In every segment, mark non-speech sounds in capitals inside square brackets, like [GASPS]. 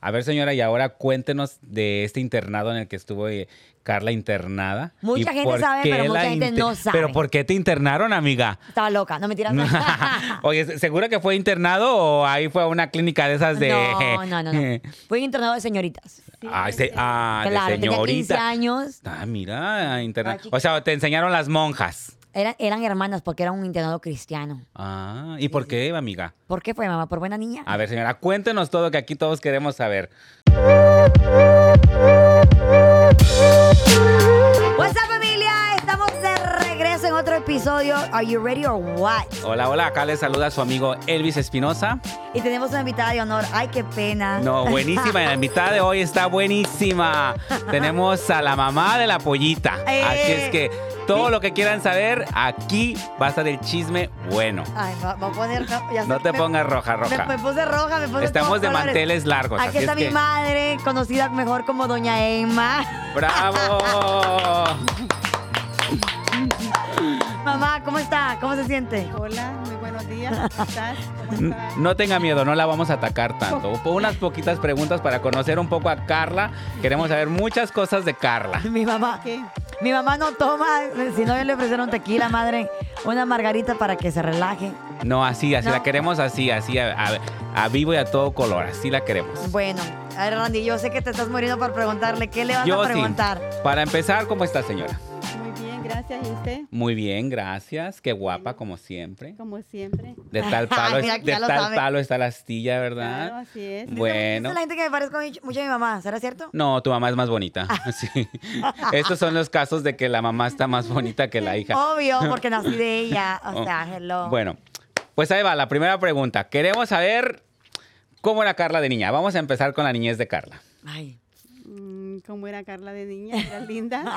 A ver, señora, y ahora cuéntenos de este internado en el que estuvo eh, Carla internada. Mucha ¿Y gente por sabe, qué pero mucha la gente inter- no sabe. ¿Pero por qué te internaron, [LAUGHS] amiga? [LAUGHS] Estaba loca, no me tiras. Oye, ¿segura que fue internado o ahí fue a una clínica de esas de... [LAUGHS] No, no, no, no. Fue un internado de señoritas. Ay, se- ah, claro, de tenía 15 señorita. años. Ah, mira, internado. Aquí- O sea, te enseñaron las monjas. Eran, eran hermanas porque era un internado cristiano. Ah, ¿y por qué, amiga? ¿Por qué fue, mamá? ¿Por buena niña? A ver, señora, cuéntenos todo que aquí todos queremos saber. What's up, familia? Estamos de regreso en otro episodio. Are you ready or what? Hola, hola, acá les saluda su amigo Elvis Espinosa. Y tenemos una invitada de honor. Ay, qué pena. [LAUGHS] No, buenísima, la invitada de hoy está buenísima. Tenemos a la mamá de la pollita. Eh. Así es que todo lo que quieran saber, aquí va a estar el chisme bueno. Ay, va, va a poner. ya sé No que te me- pongas roja, Me, me roja. puse roja, me puse Estamos todos de colores. manteles largos. Aquí así es está mi que- madre, conocida mejor como Doña Emma. [LAUGHS] ¡Bravo! Mamá, ¿cómo está? ¿Cómo se siente? Hola, muy buenos días. [LAUGHS] ¿Cómo estás? ¿Cómo N- estás? No tenga miedo, no la vamos a atacar tanto. Po- Unas poquitas preguntas para conocer un poco a Carla. Queremos saber muchas cosas de Carla. Mi mamá. ¿Qué? Mi mamá no toma, si no yo le ofrecieron tequila, madre, una margarita para que se relaje. No, así, así, No. la queremos así, así, a, a- a vivo y a todo color. Así la queremos. Bueno, a ver, Randy, yo sé que te estás muriendo por preguntarle, ¿qué le vas Yo a sí. preguntar? Para empezar, ¿cómo está, señora? Muy bien, gracias. ¿Y usted? Muy bien, gracias. Qué guapa, como siempre. como siempre. De [LAUGHS] tal palo, Mira, es- de ya lo tal sabe. palo está la astilla, Claro, ¿verdad? así es. Esa Bueno. es la gente que me parezco mucho- mucho a mi mamá, ¿será cierto? No, tu mamá es más [LAUGHS] bonita. [LAUGHS] Sí. Estos son los casos de que la mamá está más bonita que la hija. Obvio, porque nací de ella, Oh, o Oh. sea, hello. Bueno, pues ahí va la primera pregunta. Queremos saber cómo era Carla de niña. Vamos a empezar con la niñez de Carla. Ay. [LAUGHS] Mm, ¿Cómo era Carla de niña? [LAUGHS] Era linda. No,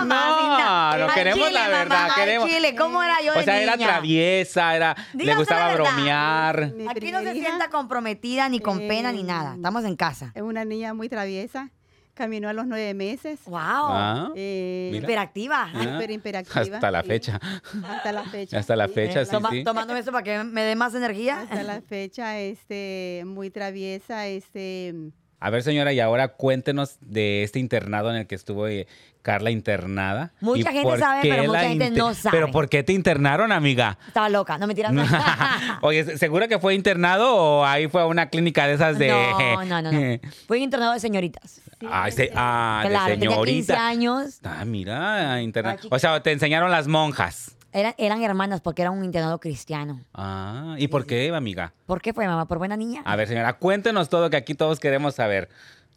mamá, No, Cinta. no Al queremos chile, la mamá, verdad, al queremos- chile, ¿cómo era yo de o sea, era niña? traviesa, era, le Díganos la gustaba verdad. bromear. Aquí Mi no primer se hija sienta comprometida ni con pena ni nada. Estamos en casa. Es una niña muy traviesa. Caminó a los nueve meses. Wow. Ah, eh, mira. Hiperactiva. Ah. Súper imperactiva. Hasta la sí. fecha. Hasta la fecha. Hasta la sí. fecha, sí, Toma- sí. Tomando eso para que me dé más energía. Hasta la fecha, este, muy traviesa, este, A ver, señora, y ahora cuéntenos de este internado en el que estuvo eh, Carla internada. Mucha ¿Y gente por sabe, qué pero mucha la gente inte- no sabe. ¿Pero por qué te internaron, amiga? [LAUGHS] Estaba loca, no me tiras. Oye, ¿segura que fue internado o ahí fue a una clínica de esas de... No, no, no, no. [LAUGHS] Fue un internado de señoritas. [LAUGHS] Ay, este, se- ah, claro, de tenía 15 señorita. años. Ah, mira, interna- Aquí- O sea, te enseñaron las monjas. Eran, eran hermanas porque era un internado cristiano. Ah, ¿y por qué, amiga? ¿Por qué fue, mamá? ¿Por buena niña? A ver, señora, cuéntenos todo que aquí todos queremos saber.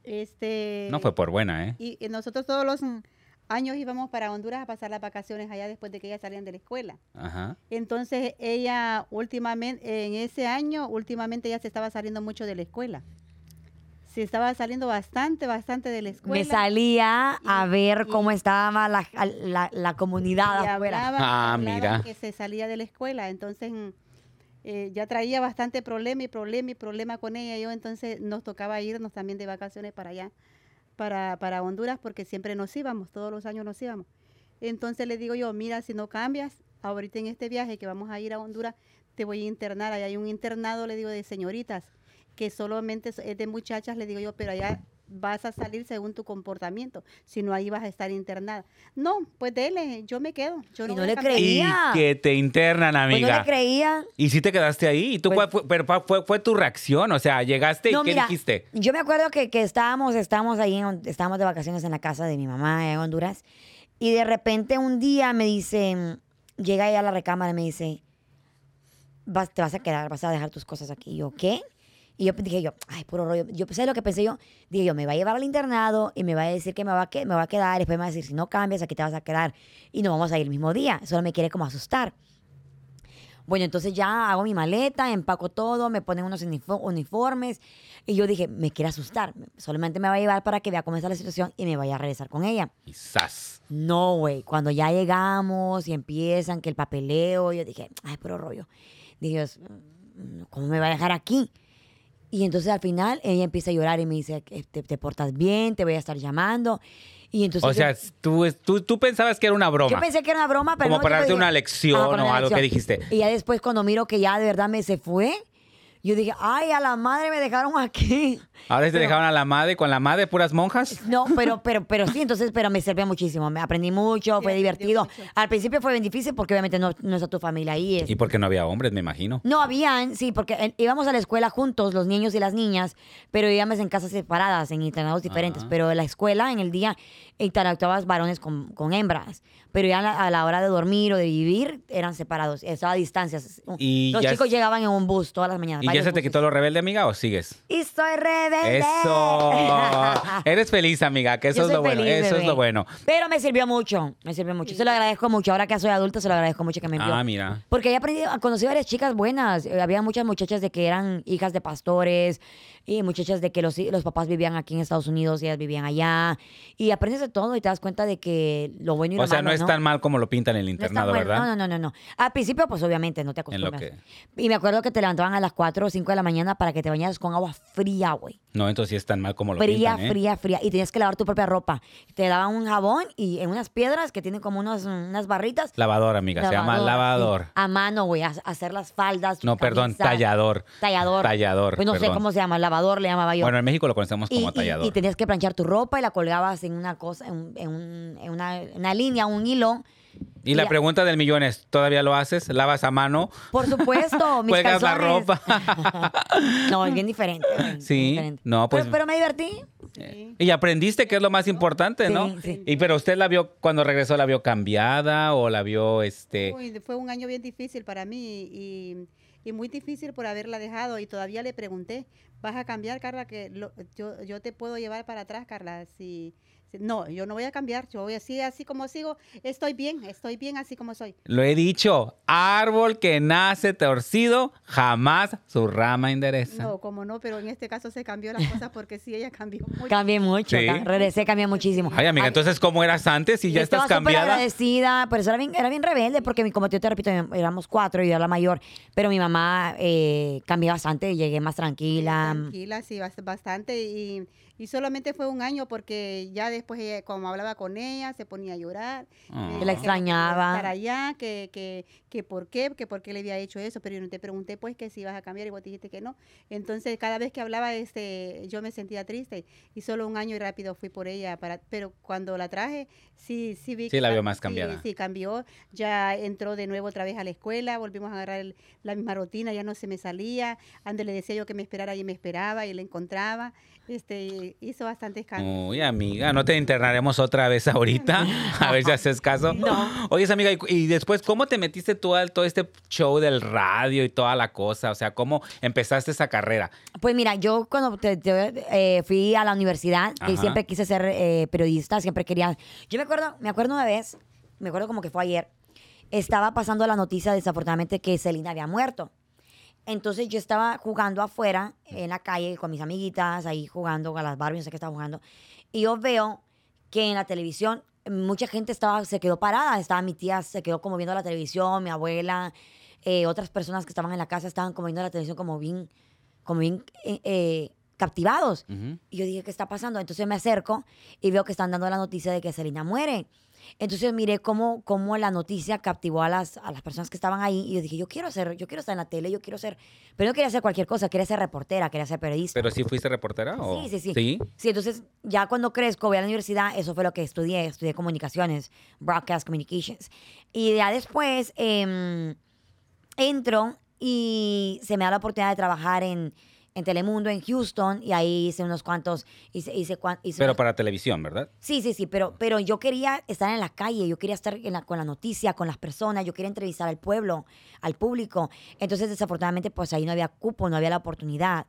Este, No fue por buena, ¿eh? Y, y nosotros todos los mm, años íbamos para Honduras a pasar las vacaciones allá después de que ellas salían de la escuela. Ajá. Entonces ella últimamente, en ese año, últimamente ella se estaba saliendo mucho de la escuela. Se estaba saliendo bastante, bastante de la escuela. me salía a y- ver y- cómo estaba la, la- la comunidad y afuera. hablaba, Ah, hablaba mira. que se salía de la escuela. Entonces mm, eh, ya traía bastante problema y problema y problema con ella. Yo entonces nos tocaba irnos también de vacaciones para allá, para, para Honduras, porque siempre nos íbamos, todos los años nos íbamos. Entonces le digo yo, mira, si no cambias, ahorita en este viaje que vamos a ir a Honduras, te voy a internar. Allá hay un internado, le digo, de señoritas, que solamente so- es de muchachas, le digo yo, pero allá vas a salir según tu comportamiento, si no ahí vas a estar internada. No, pues dele, yo me quedo. Yo Y no, no voy a le cambiar. creí. Y Ella. que te internan, Pues no amiga. le creía. ¿Y si te quedaste ahí? ¿Y tú Pues- cuál fue, pero cuál fue, fue tu reacción? O sea, llegaste No, y ¿qué mira, dijiste? Yo me acuerdo que, que estábamos, estábamos ahí, en Hon- estábamos de vacaciones en la casa de mi mamá en Honduras. Y de repente un día me dice, mm, llega ella a la recámara y me dice, vas, te vas a quedar, vas a dejar tus cosas aquí. Y yo, ¿qué? Y yo dije yo, ay, puro rollo. Yo pensé lo que pensé yo. Dije yo, me va a llevar al internado y me va a decir que me va a, que, me va a quedar. Y después me va a decir, si no cambias, aquí te vas a quedar. Y nos vamos a ir el mismo día. Solo me quiere como asustar. Bueno, entonces ya hago mi maleta, empaco todo, me ponen unos unifo- uniformes. Y yo dije, me quiere asustar. Solamente me va a llevar para que vea cómo está la situación y me vaya a regresar con ella. Y ¡zas! No, güey. Cuando ya llegamos y empiezan que el papeleo, yo dije, ay, pero rollo. Dije, Dios, mm, ¿cómo me va a dejar aquí? Y entonces al final ella empieza a llorar y me dice, eh, te, te portas bien, te voy a estar llamando. Y entonces O sea, yo, tú, tú, tú pensabas que era una broma. Pues yo pensé que era una broma, pero Como no, para yo darte dije- una lección para o una algo que lección. dijiste. Y ya después cuando miro que ya de verdad me se fue, Yo dije, ay, a la madre me dejaron aquí. [LAUGHS] Ahora sí te Pero- dejaron a la madre con la madre puras monjas. No, pero, pero, pero sí, entonces, pero me servía muchísimo. Me aprendí mucho, Sí, fue aprendió divertido. mucho. Al principio fue bien difícil porque obviamente no, no está tu familia ahí. es- Y porque no había hombres, me imagino. No habían, sí, porque eh, íbamos a la escuela juntos, los niños y las niñas, pero íbamos en casas separadas, en internados diferentes. Ajá. Pero en la escuela, en el día, interactuabas varones con, con hembras. Pero ya a la, a la hora de dormir o de vivir, eran separados, estaba a distancias. Y los ya chicos es- llegaban en un bus todas las mañanas. ¿Y ya varios se te buses. quitó lo rebelde, amiga, o sigues? Y soy rebelde. [LAUGHS] Eso. Eres feliz, amiga, que eso Yo es soy lo bueno. feliz, Eso es bebé. lo bueno. Pero me sirvió mucho, me sirvió mucho. Se lo agradezco mucho. Ahora que soy adulta, se lo agradezco mucho que me envió. Ah, mira. Porque ahí aprendí, conocí varias chicas buenas. Eh, Había muchas muchachas de que eran hijas de pastores y muchachas de que los, los papás vivían aquí en Estados Unidos y ellas vivían allá. Y aprendes de todo y te das cuenta de que lo bueno y lo O sea, malo, no es tan mal como lo pintan en el No es tan internado, bueno. ¿verdad? No, no, no, no, no. Al principio, pues obviamente, no te En lo acostumbras. que. Y me acuerdo que te levantaban a las 4 o 5 de la mañana para que te bañaras con agua fría, güey. No, entonces sí es tan mal como lo Fría, pintan. ¿eh? fría, fría. Y tenías que lavar tu propia ropa. Te daban un jabón y en unas piedras que tienen como unos- unas barritas. Lavador, amiga, se llama lavador. sí. A mano, güey, a- hacer las faldas. tus No, perdón, camisas. tallador. Tallador. Tallador, Pues no sé perdón. cómo se llama, lavador le llamaba yo. Bueno, en México lo conocemos y, como y- tallador. y tenías que planchar tu ropa y la colgabas en una cosa, en, un- en un- en una, una línea, un hilo. Y la Ya. pregunta del millón es, ¿todavía lo haces? ¿Lavas a mano? Por [LAUGHS] supuesto, mis ¿Cuelgas la calzones. ropa? [LAUGHS] no, es bien diferente. güey, Sí, bien diferente. no, pues- Pero, pero me divertí. Sí. Y aprendiste que es lo más importante, ¿no? Sí, sí. Y pero usted la vio cuando regresó, la vio cambiada o la vio este Uy, fue un año bien difícil para mí y, y muy difícil por haberla dejado y todavía le pregunté, ¿vas a cambiar, Carla? Que lo- yo, yo te puedo llevar para atrás, Carla. Si, si- no, yo no voy a cambiar, yo voy así, así como sigo, estoy bien, estoy bien así como soy. Lo he dicho, árbol que nace torcido, jamás su rama endereza. No, como no, pero en este caso se cambió las cosas porque sí, ella cambió mucho. Cambié mucho. Sí. ca- Regresé, cambié muchísimo. Ay, amiga, A- entonces ¿cómo eras antes y ya estaba estás súper cambiada? agradecida, pero eso era bien, era bien rebelde porque, mi- como yo te repito, mi- éramos cuatro y yo era la mayor, pero mi mamá eh, cambió bastante, llegué más tranquila. Tranquila, sí, bast- bastante. Y, y solamente fue un año porque ya después, ella, como hablaba con ella, se ponía a llorar. me Ah. Que la decía que no quería extrañaba. estar allá, que, que, que por qué, que por qué le había hecho eso. Pero yo no te pregunté, pues, que si ibas a cambiar y vos dijiste que no. Entonces, cada vez que hablaba, este, yo me sentía triste. Y solo un año y rápido fui por ella. Para, pero cuando la traje, sí, sí vi Sí, la cam- vio más cambiada. Sí, cambió. Ya entró de nuevo otra vez a la escuela. Volvimos a agarrar el- la misma rutina. Ya no se me salía. Antes le decía yo que me esperara y me esperaba y la encontraba. Este, hizo bastantes cambios. Uy, amiga, no te internaremos otra vez [LAUGHS] ahorita, a ver si haces caso. No. Oye, amiga, y, y después, ¿cómo te metiste tú al todo este show del radio y toda la cosa? O sea, ¿cómo empezaste esa carrera? Pues mira, yo cuando te- te- eh, fui a la universidad, que Ajá. siempre quise ser eh, periodista, siempre quería... Yo me acuerdo, me acuerdo una vez, me acuerdo como que fue ayer, estaba pasando la noticia desafortunadamente que Selena había muerto. Entonces yo estaba jugando afuera, en la calle, con mis amiguitas, ahí jugando a las Barbie, no sé qué estaba jugando. Y yo veo que en la televisión mucha gente estaba, se quedó parada. Estaba mi tía, se quedó como viendo la televisión, mi abuela, eh, otras personas que estaban en la casa estaban como viendo la televisión como bien, como bien eh, eh, captivados. Ujú. Y yo dije, ¿qué está pasando? Entonces me acerco y veo que están dando la noticia de que Selena muere. Entonces miré cómo, cómo la noticia captivó a las, a las personas que estaban ahí y yo dije, yo quiero hacer, yo quiero estar en la tele, yo quiero ser, pero no quería hacer cualquier cosa, quería ser reportera, quería ser periodista. ¿Pero sí fuiste reportera? o- Sí, sí, sí. ¿Sí? Sí, entonces ya cuando crezco, voy a la universidad, eso fue lo que estudié, estudié comunicaciones, broadcast communications. Y ya después em, entro y se me da la oportunidad de trabajar en, en Telemundo, en Houston, y ahí hice unos cuantos, hice, hice, cuan- hice Pero unos- para televisión, ¿verdad? Sí, sí, sí, pero, pero yo quería estar en la calle, yo quería estar en la- con la noticia, con las personas, yo quería entrevistar al pueblo, al público. Entonces, desafortunadamente, pues ahí no había cupo, no había la oportunidad.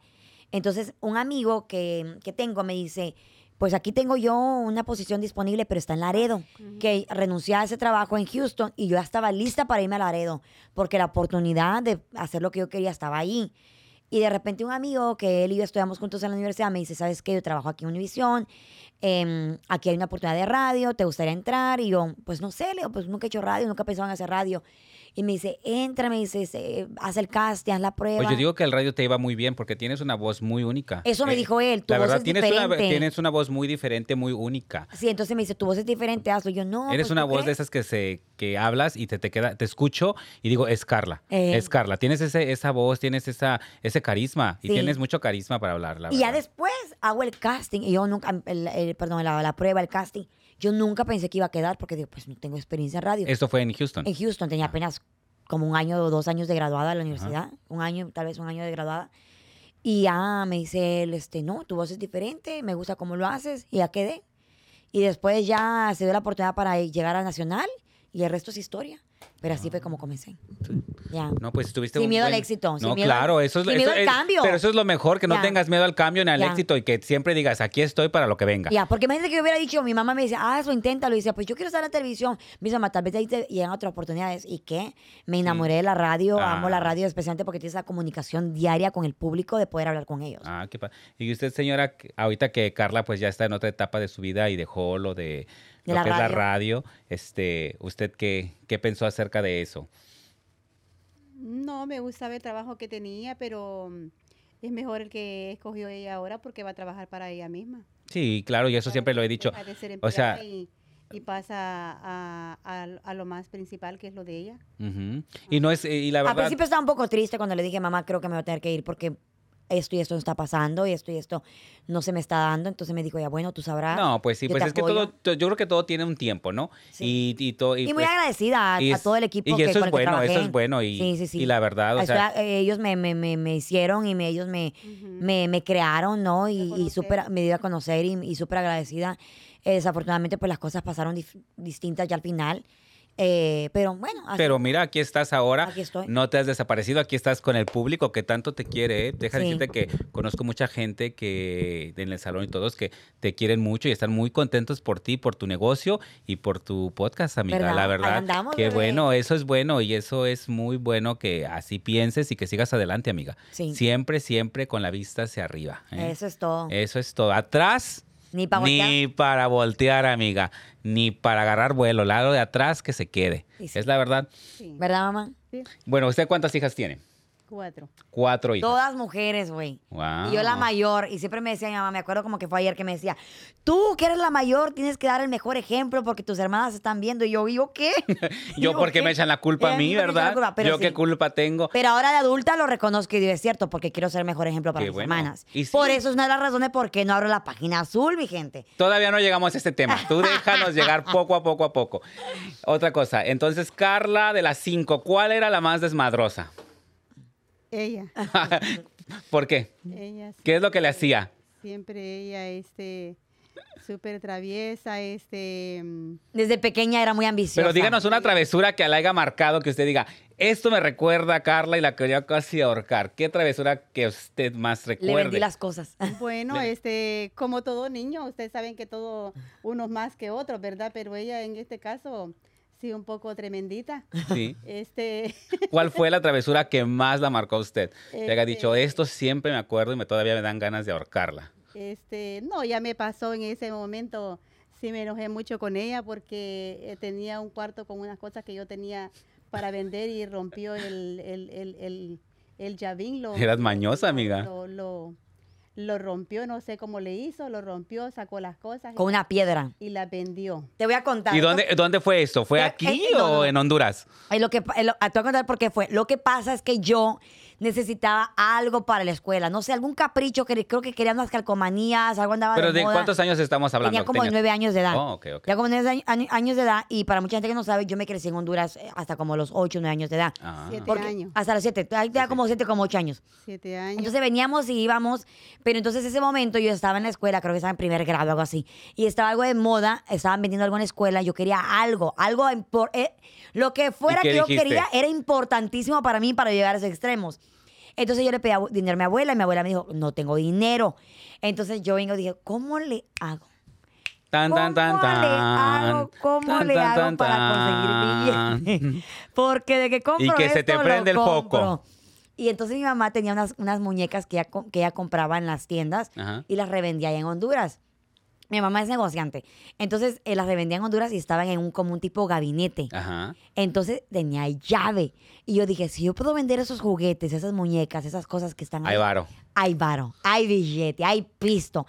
Entonces, un amigo que, que tengo me dice, pues aquí tengo yo una posición disponible, pero está en Laredo, que renuncié a ese trabajo en Houston y yo ya estaba lista para irme a Laredo, porque la oportunidad de hacer lo que yo quería estaba ahí. Y de repente un amigo que él y yo estudiamos juntos en la universidad me dice, ¿sabes qué? Yo trabajo aquí en Univisión, em, aquí hay una oportunidad de radio, ¿te gustaría entrar? Y yo, pues no sé, Leo, pues nunca he hecho radio, nunca pensaba en hacer radio. Y me dice, entra, me dice, "se- haz el casting, haz la prueba. Pues yo digo que el radio te iba muy bien porque tienes una voz muy única. Eso me dijo él, tu Eh, la voz verdad, es tienes, Una, diferente. tienes una voz muy diferente, muy única. Sí, entonces me dice, tu voz es diferente, hazlo. Yo, no. Eres pues, una ¿tú voz de crees?". esas que se que hablas y te, te queda, te escucho y digo, es Carla, Eh. es Carla. Tienes ese, esa voz, tienes esa, ese ese carisma y Sí. tienes mucho carisma para hablar, la Y ya verdad. después hago el casting. Y yo nunca, el- el- perdón, la, la prueba, el casting. Yo nunca pensé que iba a quedar porque digo, pues no tengo experiencia en radio. Esto fue en Houston. En Houston tenía apenas como un año o dos años de graduada de la universidad. Un año, tal vez un año de graduada. Y ya me dice él, este, no, tu voz es diferente, me gusta cómo lo haces. Y ya quedé. Y después ya se dio la oportunidad para llegar a Nacional y el resto es historia. Pero así fue como comencé. Ya. No, pues tuviste Sin un miedo al buen- éxito, sin No, miedo al- claro, eso es sin eso miedo al es- cambio. Pero eso es lo mejor, que no Ya. tengas miedo al cambio ni al Ya. éxito y que siempre digas, aquí estoy para lo que venga. Ya, porque imagínate que yo hubiera dicho, mi mamá me dice, ah, eso inténtalo. Y dice, pues yo quiero estar en la televisión. Mi mamá, tal vez ahí te llegan otras oportunidades. ¿Y qué? Me enamoré de la radio, Ah. amo la radio, especialmente porque tiene esa comunicación diaria con el público de poder hablar con ellos. Ah, qué pa- Y usted, señora, que- ahorita que Carla pues ya está en otra etapa de su vida y dejó lo de, lo De la que es la radio, este, ¿usted qué, qué pensó acerca de eso? No, me gustaba el trabajo que tenía, pero mm, es mejor el que escogió ella ahora porque va a trabajar para ella misma. Sí, claro, y eso Claro, siempre lo he dicho. deja de ser O sea- empleada y, y pasa a, a- a lo más principal que es lo de ella. Ujú. Y no es, y la Al verdad, principio estaba un poco triste cuando le dije, mamá, creo que me voy a tener que ir porque esto y esto no está pasando y esto y esto no se me está dando. Entonces me dijo, ya bueno, tú sabrás. no, pues sí, yo pues te es que apoyo. todo, to- yo creo que todo tiene un tiempo, ¿no? Sí. Y, y todo, y Y, muy pues- agradecida a, y a es- todo el equipo Y que, eso con es el que bueno, trabajé. eso es bueno. Y, Sí, sí, sí. y la verdad, o Estoy sea, a- eh, ellos me, me- me- me hicieron y me- ellos me, Ujú. me, me crearon, ¿no? Y, y conocer. súper me dio a conocer y, y súper agradecida. Eh, desafortunadamente, pues las cosas pasaron dif- distintas ya al final. Eh, pero bueno, así- Pero mira, aquí estás ahora. Aquí estoy. No te has desaparecido. Aquí estás con el público que tanto te quiere. ¿eh? Deja de Sí. decirte que conozco mucha gente que en el salón y todos que te quieren mucho y están muy contentos por ti, por tu negocio y por tu podcast, amiga. ¿Verdad? La Ahí verdad. andamos, Qué bebé. bueno, eso es bueno y eso es muy bueno que así pienses y que sigas adelante, amiga. Sí. Siempre, siempre con la vista hacia arriba. ¿eh? eso es todo. Eso es todo. Atrás. Ni para Ni para voltear, amiga. Ni para agarrar vuelo. Lado de atrás que se quede. Sí, sí. Es la verdad. Sí, ¿Verdad, mamá? sí, Bueno, ¿usted cuántas hijas tiene? cuatro. Cuatro hijas. Todas mujeres, güey. Wow. Y yo la mayor, y siempre me decía mi mamá, me acuerdo como que fue ayer que me decía, tú que eres la mayor tienes que dar el mejor ejemplo porque tus hermanas están viendo. Y yo, ¿y yo [LAUGHS] qué? Yo porque me echan la culpa a Eh, mí, no me echan la ¿verdad? culpa, pero yo sí. qué culpa tengo. Pero ahora de adulta lo reconozco y digo, es cierto, porque quiero ser mejor ejemplo para Qué mis bueno. hermanas. Y sí. Por eso es una de las razones por qué no abro la página azul, mi gente. Todavía no llegamos a este tema. [LAUGHS] Tú déjanos llegar poco a poco a poco. Otra cosa. Entonces, Carla, de las cinco, ¿cuál era la más desmadrosa? Ella, ¿Por qué? ella ¿Qué es lo que le hacía? siempre ella, este, súper traviesa, este, mm, Desde pequeña era muy ambiciosa. Pero díganos una travesura que la haya marcado, que usted diga, esto me recuerda a Carla y la quería casi ahorcar. ¿Qué travesura que usted más recuerde? Le vendí las cosas. [LAUGHS] Bueno, Le- este, como todo niño, ustedes saben que todo, unos más que otros, ¿verdad? Pero ella en este caso, sí, un poco tremendita. Sí. Este, [LAUGHS] ¿Cuál fue la travesura que más la marcó a usted? Le haya Este- dicho, esto siempre me acuerdo y me todavía me dan ganas de ahorcarla. este, no, ya me pasó en ese momento, sí me enojé mucho con ella porque eh, tenía un cuarto con unas cosas que yo tenía para vender y rompió el, el, el, el, el llavín. Lo, Eras mañosa, lo- amiga. Lo, lo, lo rompió, no sé cómo le hizo, lo rompió, sacó las cosas Con una piedra. y las vendió. Te voy a contar. ¿Y dónde, dónde fue esto? ¿Fue Eh, aquí eh, no, o no, no. en Honduras? Eh, lo que, pa- eh, lo- te voy a contar por qué fue. Lo que pasa es que yo necesitaba algo para la escuela. No sé, algún capricho. Que, creo que querían unas calcomanías, algo andaba ¿Pero de de moda. cuántos años estamos hablando? Tenía como Tenías- nueve años de edad. Oh, ok, ok. Ya como nueve año- año- años de edad. Y para mucha gente que no sabe, yo me crecí en Honduras eh, hasta como los ocho, nueve años de edad. Ah. Siete Porque- años. Hasta los siete. Ahí te da como siete, como ocho años. Siete años. Entonces veníamos y íbamos, pero entonces ese momento yo estaba en la escuela, creo que estaba en primer grado, algo así, y estaba algo de moda, estaban vendiendo algo en la escuela, yo quería algo, algo, impor- eh, lo que fuera qué que yo dijiste? quería era importantísimo para mí para llegar a esos extremos. Entonces yo le pedí abu- dinero a mi abuela y mi abuela me dijo, no tengo dinero. Entonces yo vengo y dije, ¿cómo le hago? Tan, tan, tan, ¿Cómo tan. le hago? ¿Cómo Tan, le tan, tan, hago para tan. conseguir billetes? [LAUGHS] Porque de que compro Y que se esto, te lo prende el foco. compro. Y entonces mi mamá tenía unas, unas muñecas que ella, co- que ella compraba en las tiendas Ajá. y las revendía allá en Honduras. Mi mamá es negociante. Entonces eh, las revendía en Honduras y estaban en un, como un tipo gabinete. Ajá. Entonces tenía llave. Y yo dije, si yo puedo vender esos juguetes, esas muñecas, esas cosas que están Ahí varo. hay varo, hay billete, hay pisto.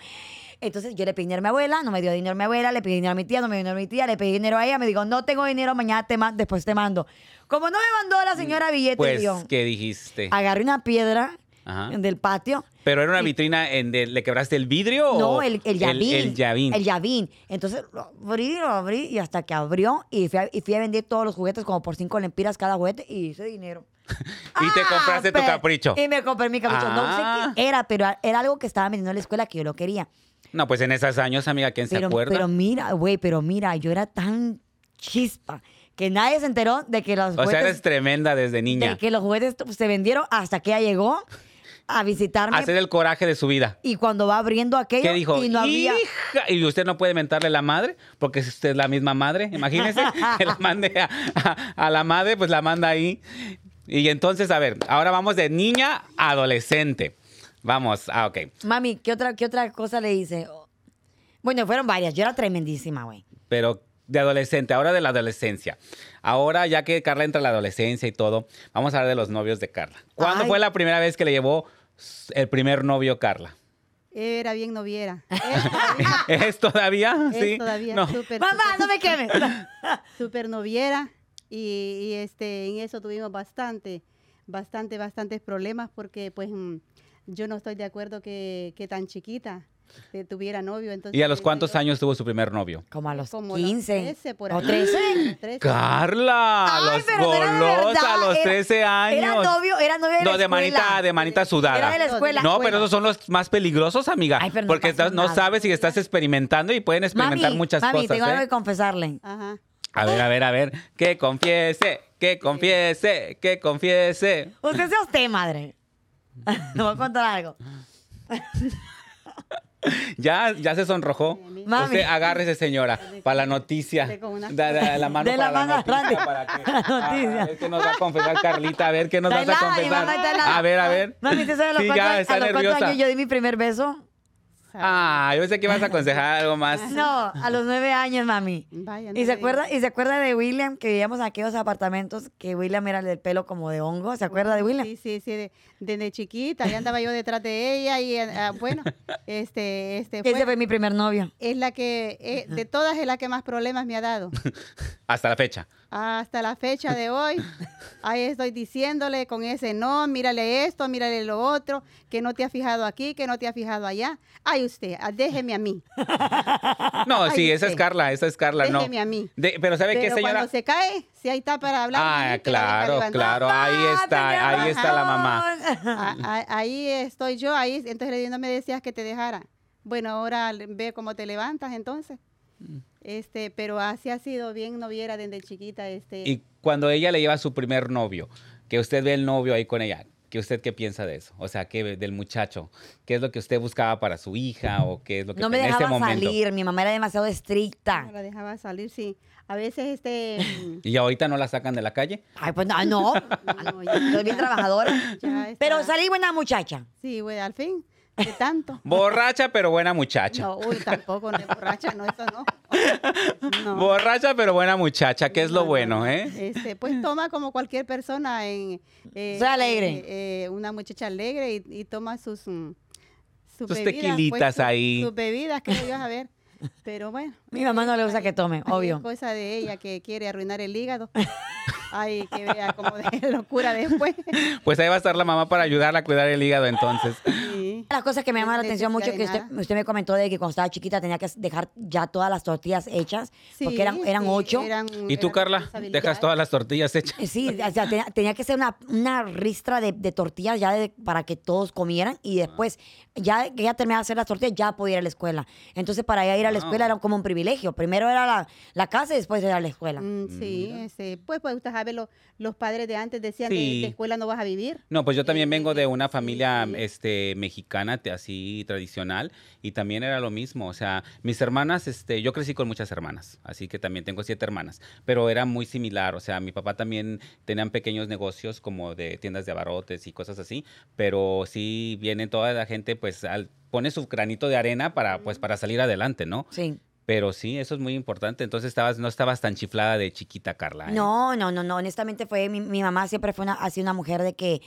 Entonces yo le pedí dinero a mi abuela, no me dio dinero a mi abuela, le pedí dinero a mi tía, no me dio dinero a mi tía, le pedí dinero a ella, me dijo, no tengo dinero, mañana te ma- después te mando. Como no me mandó la señora billete, Mm, Pues, Ah. yo ¿qué dijiste? agarré una piedra, Ajá. del patio. Pero era una vitrina en de- le quebraste el vidrio No, o el, el llavín. Oh, El, llavín. El llavín. Entonces lo abrí, lo abrí y hasta que abrió y fui a, y fui a vender todos los juguetes como por cinco lempiras cada juguete y hice dinero. [LAUGHS] Ah, Y te compraste tu pe- capricho. Y me compré mi capricho. Ah. No sé qué era, pero era algo que estaba vendiendo en la escuela que yo lo quería. No, pues en esos años, amiga, ¿quién se Pero, acuerda? pero mira, güey, pero mira, yo era tan chispa que nadie se enteró de que los o sea, juguetes- eres tremenda desde niña. de que los juguetes se vendieron hasta que ella llegó a visitarme. Hacer el coraje de su vida. Y cuando va abriendo aquello ¿Qué dijo? y no había... "Hija", Y usted no puede mentarle la madre, porque es usted la misma madre. [LAUGHS] Imagínese que la mande a, a- a la madre, pues la manda ahí. Y entonces, a ver, ahora vamos de niña a adolescente. Vamos, ah, ok. Mami, ¿qué otra, ¿qué otra cosa le hice? Bueno, fueron varias. Yo era tremendísima, güey. Pero de adolescente, ahora de la adolescencia. Ahora, ya que Carla entra a la adolescencia y todo, vamos a hablar de los novios de Carla. ¿Cuándo Ay. fue la primera vez que le llevó s- el primer novio [LAUGHS] Carla? Era bien noviera. Es ¿Es todavía? todavía, [LAUGHS] es Sí. todavía No. súper, Mamá, no me quemes. [LAUGHS] súper noviera y, y, este en eso tuvimos bastante, bastante, bastantes problemas porque pues mm, yo no estoy de acuerdo que, que tan chiquita eh, tuviera novio. Entonces, ¿Y a los desde cuántos yo- años tuvo su primer novio? Como a los Como los 15. 13 por ¿O ahí. [LAUGHS] 13? 13. Carla, a Ay, los pero no era de golosa, a verdad, los era- 13 años. Era novio, era novio de la no, de manita, escuela. de manita Era sudada. de la escuela. No, pero esos son los más peligrosos, amiga. Ay, pero no porque pasa estás- no nada. sabes si estás experimentando y pueden experimentar mami, muchas mami, cosas. tengo algo ¿eh? que confesarle. Ajá. A ver, a ver, a ver. Que confiese, que confiese, que confiese. Usted sea usted, madre. [LAUGHS] Le voy a contar algo. Ya, ya se sonrojó. Mami. Usted agárrese, señora, para la noticia. De con una- Da- da- la mano De para la la, mano noticia. grande. para que- [LAUGHS] Ah, La noticia. A ver qué nos va a confesar Carlita, a ver qué nos Está vas a helada, mi confesar. mamá está helada. A ver, a ver. Mami, ¿usted sabe a los, Sí, ya, cuántos, está a los cuántos nerviosa. años yo di mi primer beso? Ah, yo sé que vas a aconsejar algo [LAUGHS] más. No, a los nueve años, mami. Vaya, no ¿Y se, me acuerda, ¿Y se acuerda de William que vivíamos en aquellos apartamentos que William era el del pelo como de hongo? ¿Se acuerda de William? Sí, sí, sí, de- desde chiquita, ya andaba yo detrás de ella y ah, [LAUGHS] bueno, este, este Ese fue- fue mi primer novio. es la que, eh, de todas es la que más problemas me ha dado. Hasta la fecha. Hasta la fecha de hoy, ahí estoy diciéndole con ese no, mírale esto, mírale lo otro, que no te has fijado aquí, que no te has fijado allá. Ay, usted, ah, déjeme [LAUGHS] a mí, No, Ay, sí, esa es usted. Carla, esa es Carla, no. déjeme a mí. De- pero ¿sabe qué, Pero señora? cuando se cae, si ahí está para hablar. a Ah, mí que la venga claro, levantando. claro, ahí ¡Ah, está, tenía ahí está la mamá. razón! A- a- Ah, ahí estoy yo, ahí, entonces le- no me decías que te dejara. Bueno, ahora le- ve cómo te levantas entonces. Este, pero así ha sido bien noviera desde chiquita, este. Y cuando ella le lleva a su primer novio, que usted ve el novio ahí con ella, ¿qué usted qué piensa de eso? O sea, ¿qué ve- del muchacho? ¿Qué es lo que usted buscaba para su hija o qué es lo que [LAUGHS] No me en este dejaba momento? salir, mi mamá era demasiado estricta. no la dejaba salir, sí. A veces este [LAUGHS] mm, Y ahorita no la sacan de la calle. Ay, pues no, [LAUGHS] no. no, ya- soy bien trabajadora. ya está. Pero salí buena muchacha. Sí, güey, al fin, de tanto. Borracha pero buena muchacha. No, uy, tampoco, no es borracha, no, eso [LAUGHS] no. No. Borracha pero buena muchacha, ¿qué es No, lo no, bueno, no. eh? Este, pues toma como cualquier persona en... eh, Soy alegre. eh, eh, una muchacha alegre y, y toma sus... mm, Sus tequilitas su- ahí. Sus bebidas, que yo a ver. Pero bueno, Mi mamá no le gusta que tome, ahí es obvio. cosa de ella que quiere arruinar el hígado. Ay, que vea como de [LAUGHS] [LAUGHS] locura después. Pues ahí va a estar la mamá para ayudarla a cuidar el hígado entonces. Sí. Una de las cosas que me llama la Sin atención mucho que necesidad de usted, usted me comentó de que cuando estaba chiquita tenía que dejar ya todas las tortillas hechas, Sí, porque eran, eran sí, ocho. eran- ¿Y tú, eran Carla? responsabilidades. ¿Dejas todas las tortillas hechas? Eh, Sí, o sea, tenía, tenía que ser una, una ristra de, de tortillas ya de- para que todos comieran y después, ya que ya terminaba de hacer las tortillas, ya podía ir a la escuela. Entonces, para ella ir a la Wow. escuela era como un privilegio. Primero era la, la casa y después era la escuela. Mm, sí, este, pues, pues usted sabe, lo- los padres de antes decían que Sí. de escuela no vas a vivir. No, pues yo también vengo de una sí, familia sí. este, mexicana, te- así tradicional, y también era lo mismo. O sea, mis hermanas, este, yo crecí con muchas hermanas, así que también tengo siete hermanas, pero era muy similar. O sea, mi papá también tenían pequeños negocios como de tiendas de abarrotes y cosas así, pero sí viene toda la gente, pues al- pone su granito de arena para, pues, para salir adelante, ¿no? Sí. Pero sí, eso es muy importante. Entonces estabas, no estabas tan chiflada de chiquita, Carla. ¿eh? No, no, no, no. Honestamente fue, mi, mi mamá siempre fue una, ha sido una mujer de que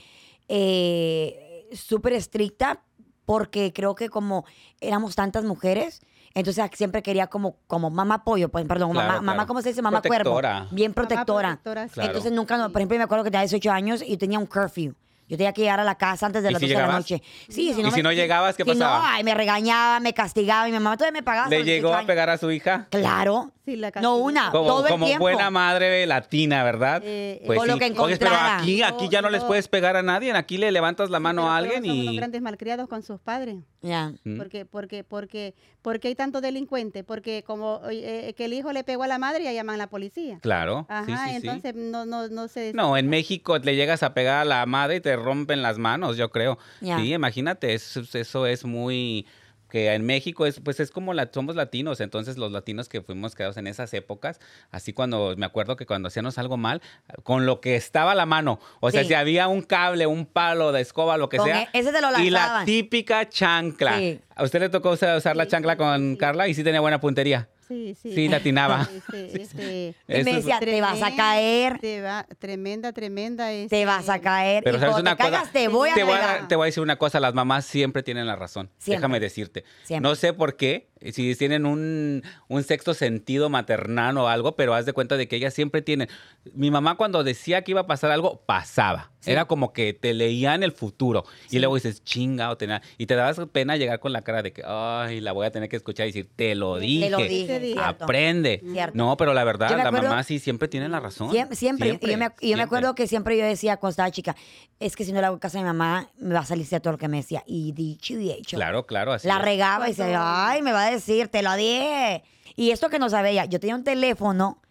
eh, súper estricta, porque creo que como éramos tantas mujeres, entonces siempre quería como, como mamá pollo, pues, perdón, Claro, mamá, mamá, claro. ¿cómo se dice? Mamá Protectora. cuervo. Bien Mamá protectora. protectora, sí. Claro. Entonces nunca, no- por ejemplo, me acuerdo que tenía 18 años y tenía un curfew. Yo tenía que llegar a la casa antes de ¿Y las si 12 de la llegabas? noche. Sí, ¿Y si no llegabas, qué si no, pasaba? ay, me regañaba, me castigaba. y Mi mamá todavía me pagaba. hasta ¿Le los llegó 18 a años. pegar a su hija? Claro. Sí, la No castigaba. una, Como, todo el como tiempo. buena madre latina, ¿verdad? Pues Eh, con lo que Oye, pero encontrara. aquí, aquí ya no les Yo- puedes pegar a nadie. Aquí le levantas la mano Pero a todos alguien somos unos y... grandes malcriados con sus padres. Ya. ¿Mm? Porque, porque, porque, porque hay tanto delincuente, porque como eh, eh, que el hijo le pegó a la madre y llaman a la policía. Claro, sí, Ajá, sí, sí. entonces No, no, no se No, en México le llegas a pegar a la madre y te rompen las manos, yo creo. Ya. Sí, imagínate, eso, eso es muy que en México es pues es como la, somos latinos, entonces los latinos que fuimos creados en esas épocas, así cuando me acuerdo que cuando hacíamos algo mal, con lo que estaba a la mano, o sea, Sí. si había un cable, un palo de escoba, lo que Con sea, e- ese te lo y la lanzaban. típica chancla. Sí. A usted le tocó usar, usar la Sí, chancla sí, con sí. Carla y sí tenía buena puntería. Sí, sí. Sí, [LAUGHS] latinaba. [LAUGHS] Este, este, Y [LAUGHS] Eso me es- decía, te vas a caer, Te va- tremenda, tremenda. Este, te vas a caer. Pero y sabes cuando una te cosa, caigas, te voy a te voy pegar. a, te voy a decir una cosa, las mamás siempre tienen la razón. Siempre. Déjame decirte. Siempre. No sé por qué, si tienen un, un sexto sentido maternal o algo, pero haz de cuenta de que ellas siempre tienen. Mi mamá cuando decía que iba a pasar algo, pasaba. Sí. Era como que te leían el futuro. Y luego dices, chinga, o tenía. Y te dabas pena llegar con la cara de que, ay, la voy a tener que escuchar y decir, te lo dije. Te lo dije. Te dije. cierto. Mm, Aprende. Cierto. No, pero la verdad, Yo me la acuerdo- mamá sí siempre tiene la razón. Siem- Siempre. Y yo, me, y yo me siempre. acuerdo que siempre yo decía cuando estaba chica, es que si no le hago caso a mi mamá, me va a salir todo lo que me decía. Y dicho y hecho. Claro, claro, así. la es. regaba y decía, ay, me va a decir, te lo dije. Y esto que no sabía ella, yo tenía un teléfono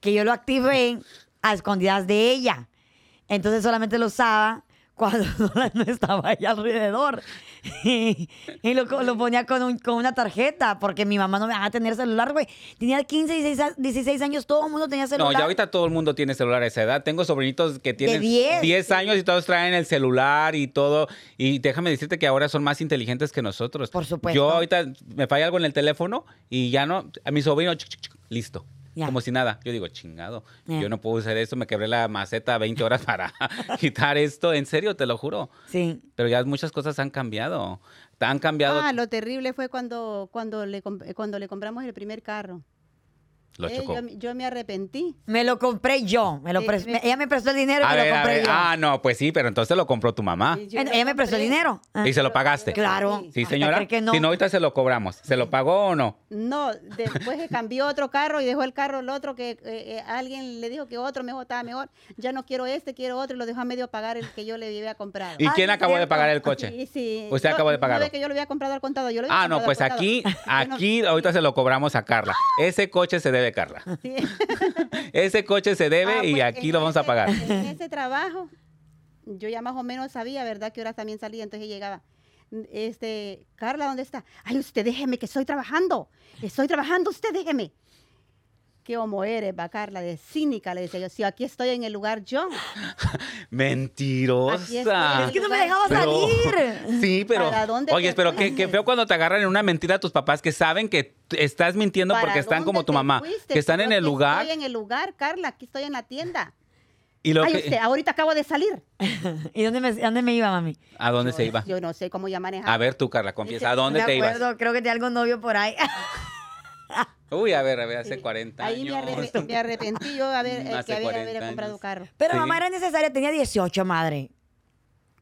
que yo lo activé a escondidas de ella. Entonces solamente lo usaba cuando [LAUGHS] no estaba ella alrededor. y lo, co- lo ponía con, un- con una tarjeta, porque mi mamá no me dejaba tener celular, güey. Tenía 15, 16, a- 16 años, todo el mundo tenía celular. No, ya ahorita todo el mundo tiene celular a esa edad. Tengo sobrinitos que tienen 10. 10 años y todos traen el celular y todo. Y déjame decirte que ahora son más inteligentes que nosotros. Por supuesto. Yo ahorita me falla algo en el teléfono y ya no. A mi sobrino, chic, chic, chic, listo. Ya. Como si nada. Yo digo, chingado, Ya. yo no puedo usar esto. Me quebré la maceta 20 horas para [LAUGHS] quitar esto. En serio, te lo juro. Sí. Pero ya muchas cosas han cambiado. Han cambiado. Ah, lo terrible fue cuando, cuando, le, comp- eh, cuando le compramos el primer carro. lo Eh, chocó. yo, yo me arrepentí. Me lo compré yo. Me lo Eh, pres- eh. ella me prestó el dinero y A me ver, lo a compré ver. yo. Ah, no, pues sí, pero entonces lo compró tu mamá. Y yo Ella me prestó el compré. dinero. Ah. y se lo pagaste. Claro. Sí, Hasta señora. creer que no. Si no, ahorita se lo cobramos. ¿Se lo pagó o no? No, después que cambió otro carro y dejó el carro el otro que eh, eh, alguien le dijo que otro mejor estaba mejor. Ya no quiero este, quiero otro y lo dejó a medio pagar el que yo le había comprado. ¿Y Ah, quién sí, acabó de cierto. pagar el Y coche? sí, Usted yo- acabó de no pagarlo. ve que yo lo había comprado al contado. yo lo había Ah, no, comprado al pues contado. aquí, no- aquí, ahorita se lo cobramos a Carla. Ese coche se debe, Carla. Sí. Ese coche se debe Ah, y pues, aquí en lo vamos a ese- pagar. [LAUGHS] En ese trabajo, yo ya más o menos sabía, ¿verdad? Que horas también salía, entonces llegaba. n- Este, Carla, ¿dónde está? Ay, usted déjeme, que estoy trabajando. Estoy trabajando, usted déjeme. Qué homo eres, va Carla, de cínica, le decía yo. Si aquí estoy en el lugar yo. Aquí Mentirosa. estoy. Es que no me dejaba Pero- salir. [LAUGHS] Sí, [LAUGHS] pero. ¿Para dónde Oye, te pero qué, qué fuiste? feo cuando te agarran en una mentira a tus papás que saben que t- estás mintiendo ¿Para porque están dónde como tu te mamá, fuiste? que están Yo en aquí el lugar Estoy en el lugar, Carla, aquí estoy en la tienda. y lo Ay, ah, que- usted, ahorita acabo de salir. ¿Y dónde me, dónde me iba, mami? ¿A dónde se iba? Yo no sé ah. cómo ya manejar. A ver tú, Carla, confiesa, ¿a dónde Me te ibas? acuerdo, creo que tenía algún novio por ahí. [LAUGHS] Uy, a ver, a ver, hace Sí. 40 Eh, Ahí años. me, arrep- me arrepentí yo a [LAUGHS] ver, Mm, eh, hace que haber, 40 haber comprado años. carro. Pero Sí. mamá era necesaria, tenía 18, madre.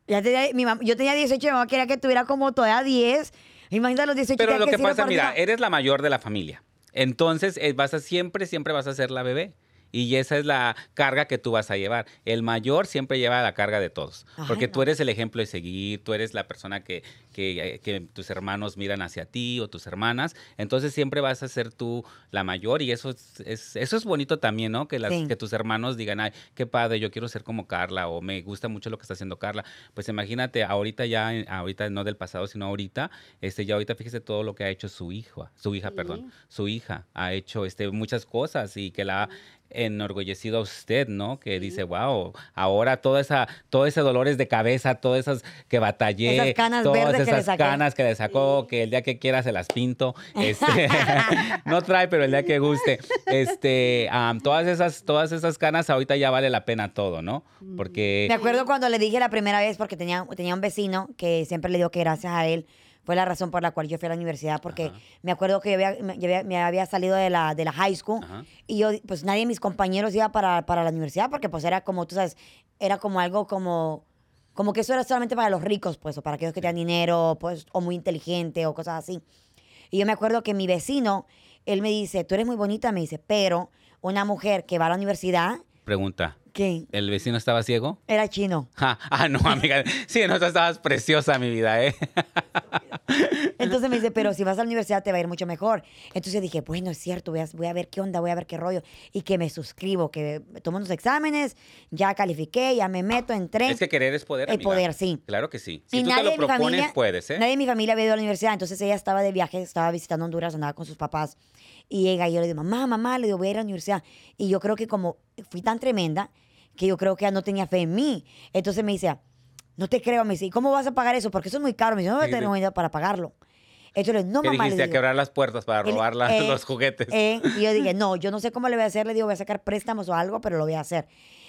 Ya tenía- mi mam- yo tenía 18, mi mamá quería que tuviera como todavía 10. Imagínate los 18 Pero tenía lo que decirle pasa, por mira, Dios. eres la mayor de la familia. Entonces, eh, vas a siempre, siempre vas a ser la bebé. Y esa es la carga que tú vas a llevar. El mayor siempre lleva la carga de todos. Ay, Porque tú no. eres el ejemplo de seguir, tú eres la persona que, que, eh, que tus hermanos miran hacia ti o tus hermanas. Entonces siempre vas a ser tú la mayor. Y eso es, es- eso es bonito también, ¿no? Que, las, Sí. que tus hermanos digan, ay, qué padre, yo quiero ser como Carla o me gusta mucho lo que está haciendo Carla. Pues imagínate, ahorita ya, en- ahorita no del pasado, sino ahorita, este, ya ahorita fíjese todo lo que ha hecho su hija, su hija, Sí. perdón, su hija ha hecho este, muchas cosas y que la ha enorgullecido a usted, ¿no? Que dice, wow, ahora toda esa, todo ese dolores de cabeza, todas esas que batallé, Esas canas todas verdes que le esas saqué. canas que le sacó, Sí. que el día que quiera se las [LAUGHS] pinto, este, [LAUGHS] no trae, pero el día que guste, este, am, todas esas, todas esas canas ahorita ya vale la pena todo, ¿no? Porque Me acuerdo cuando le dije la primera vez, porque tenía, tenía un vecino que siempre le digo que gracias a él fue la razón por la cual yo fui a la universidad, porque Ajá. me acuerdo que yo había, me, yo había- me había salido de la, de la high school Ajá. y yo, pues nadie de mis compañeros iba para, para la universidad, porque pues era como, tú sabes, era como algo como Como que eso era solamente para los ricos, pues, o para aquellos que tenían dinero, pues, o muy inteligente, o cosas así. Y yo me acuerdo que mi vecino, él me dice, tú eres muy bonita, me dice, pero una mujer que va a la universidad, Pregunta, que ¿el vecino estaba ciego? era [LAUGHS] chino. Ja, ah, no, amiga. Sí, no, tú estabas preciosa, mi vida, ¿eh? Entonces me dice, pero si vas a la universidad te va a ir mucho mejor. Entonces dije, bueno, es cierto, voy a, voy a ver qué onda, voy a ver qué rollo. Y que me suscribo, que tomo unos exámenes, ya califiqué, ya me meto, entré. Es que querer es poder, El amiga. poder, sí. Claro que sí. Si Y tú te nadie lo de mi propones, familia- puedes, ¿eh? Nadie de mi familia había ido a la universidad, entonces ella estaba de viaje, estaba visitando Honduras, andaba con sus papás. Y llega y yo le digo, mamá, mamá, le digo, voy a ir a la universidad. Y yo creo que como fui tan tremenda, que yo creo que ella no tenía fe en mí. Entonces me dice, no te creo, me dice, ¿y cómo vas a pagar eso? Porque eso es muy caro. Me dice, no voy a Sí, sí. tener dinero para pagarlo. Entonces, no, que mamá, le dijiste a digo. quebrar las puertas para Él- robar [LAUGHS] las- eh, los juguetes. eh, y [LAUGHS] yo dije, no, yo no sé cómo le voy a hacer, le digo, voy a sacar préstamos o algo, pero lo voy a hacer.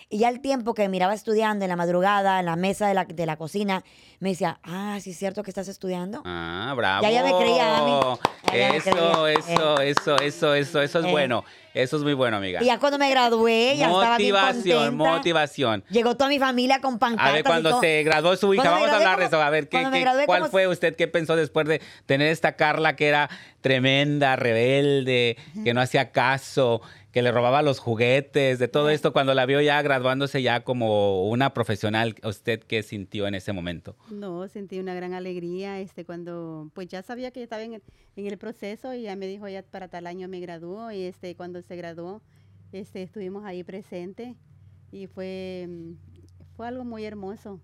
Y ya el tiempo que miraba estudiando en la madrugada, en la mesa de la, de la cocina, me decía, ah, sí es cierto que estás estudiando. Ah, bravo. Ya, ya me creía, Ami. Ya, ya me Eso, creía. eso, eso, eso, eso, eso es Eh. bueno. Eso es muy bueno, amiga. Y ya cuando me gradué, ya estaba bien contenta. motivación, motivación. Llegó toda mi familia con pancartas A ver, y todo. cuando se graduó su hija, Cuando me vamos a gradué hablar de como- eso. A ver, ¿qué, cuando me qué- gradué ¿cuál como- fue usted? ¿Qué pensó después de tener esta Carla que era tremenda, rebelde, que no hacía caso, que le robaba los juguetes, de todo esto? Cuando la vio ya graduándose ya como una profesional, ¿usted qué sintió en ese momento? No, sentí una gran alegría este cuando pues ya sabía que estaba en el, en el proceso y ya me dijo ya para tal año me graduó y este cuando se graduó este estuvimos ahí presentes y fue mm, fue algo muy hermoso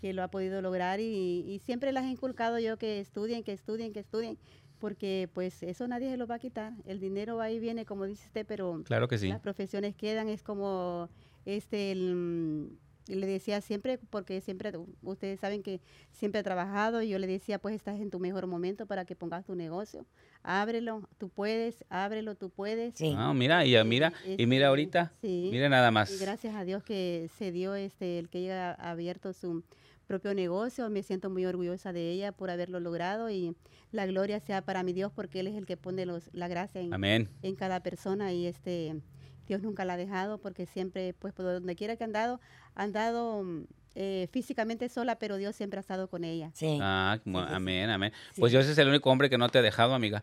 que lo ha podido lograr y, y siempre las he inculcado yo que estudien, que estudien, que estudien porque pues eso nadie se lo va a quitar, el dinero va y viene como dice usted, pero Claro que sí. las profesiones quedan, es como, este, el, mm, le decía siempre, porque siempre, u- ustedes saben que siempre he trabajado, y yo le decía, pues estás en tu mejor momento para que pongas tu negocio, ábrelo, tú puedes, ábrelo, tú puedes. Sí. Ah, mira, y mira, y Este, mira ahorita. sí. Mira nada más. Y gracias a Dios que se dio este el que ella ha abierto su propio negocio. Me siento muy orgullosa de ella por haberlo logrado y la gloria sea para mi Dios porque él es el que pone los, la gracia en, Amén. en cada persona y este Dios nunca la ha dejado porque siempre, pues por donde quiera que han dado, han dado mm, eh, físicamente sola, pero Dios siempre ha estado con ella. [LAUGHS] Sí. Ah, mu- sí, sí. amén, amén. Sí. Pues yo ese es el único hombre que no te he dejado, [LAUGHS] amiga.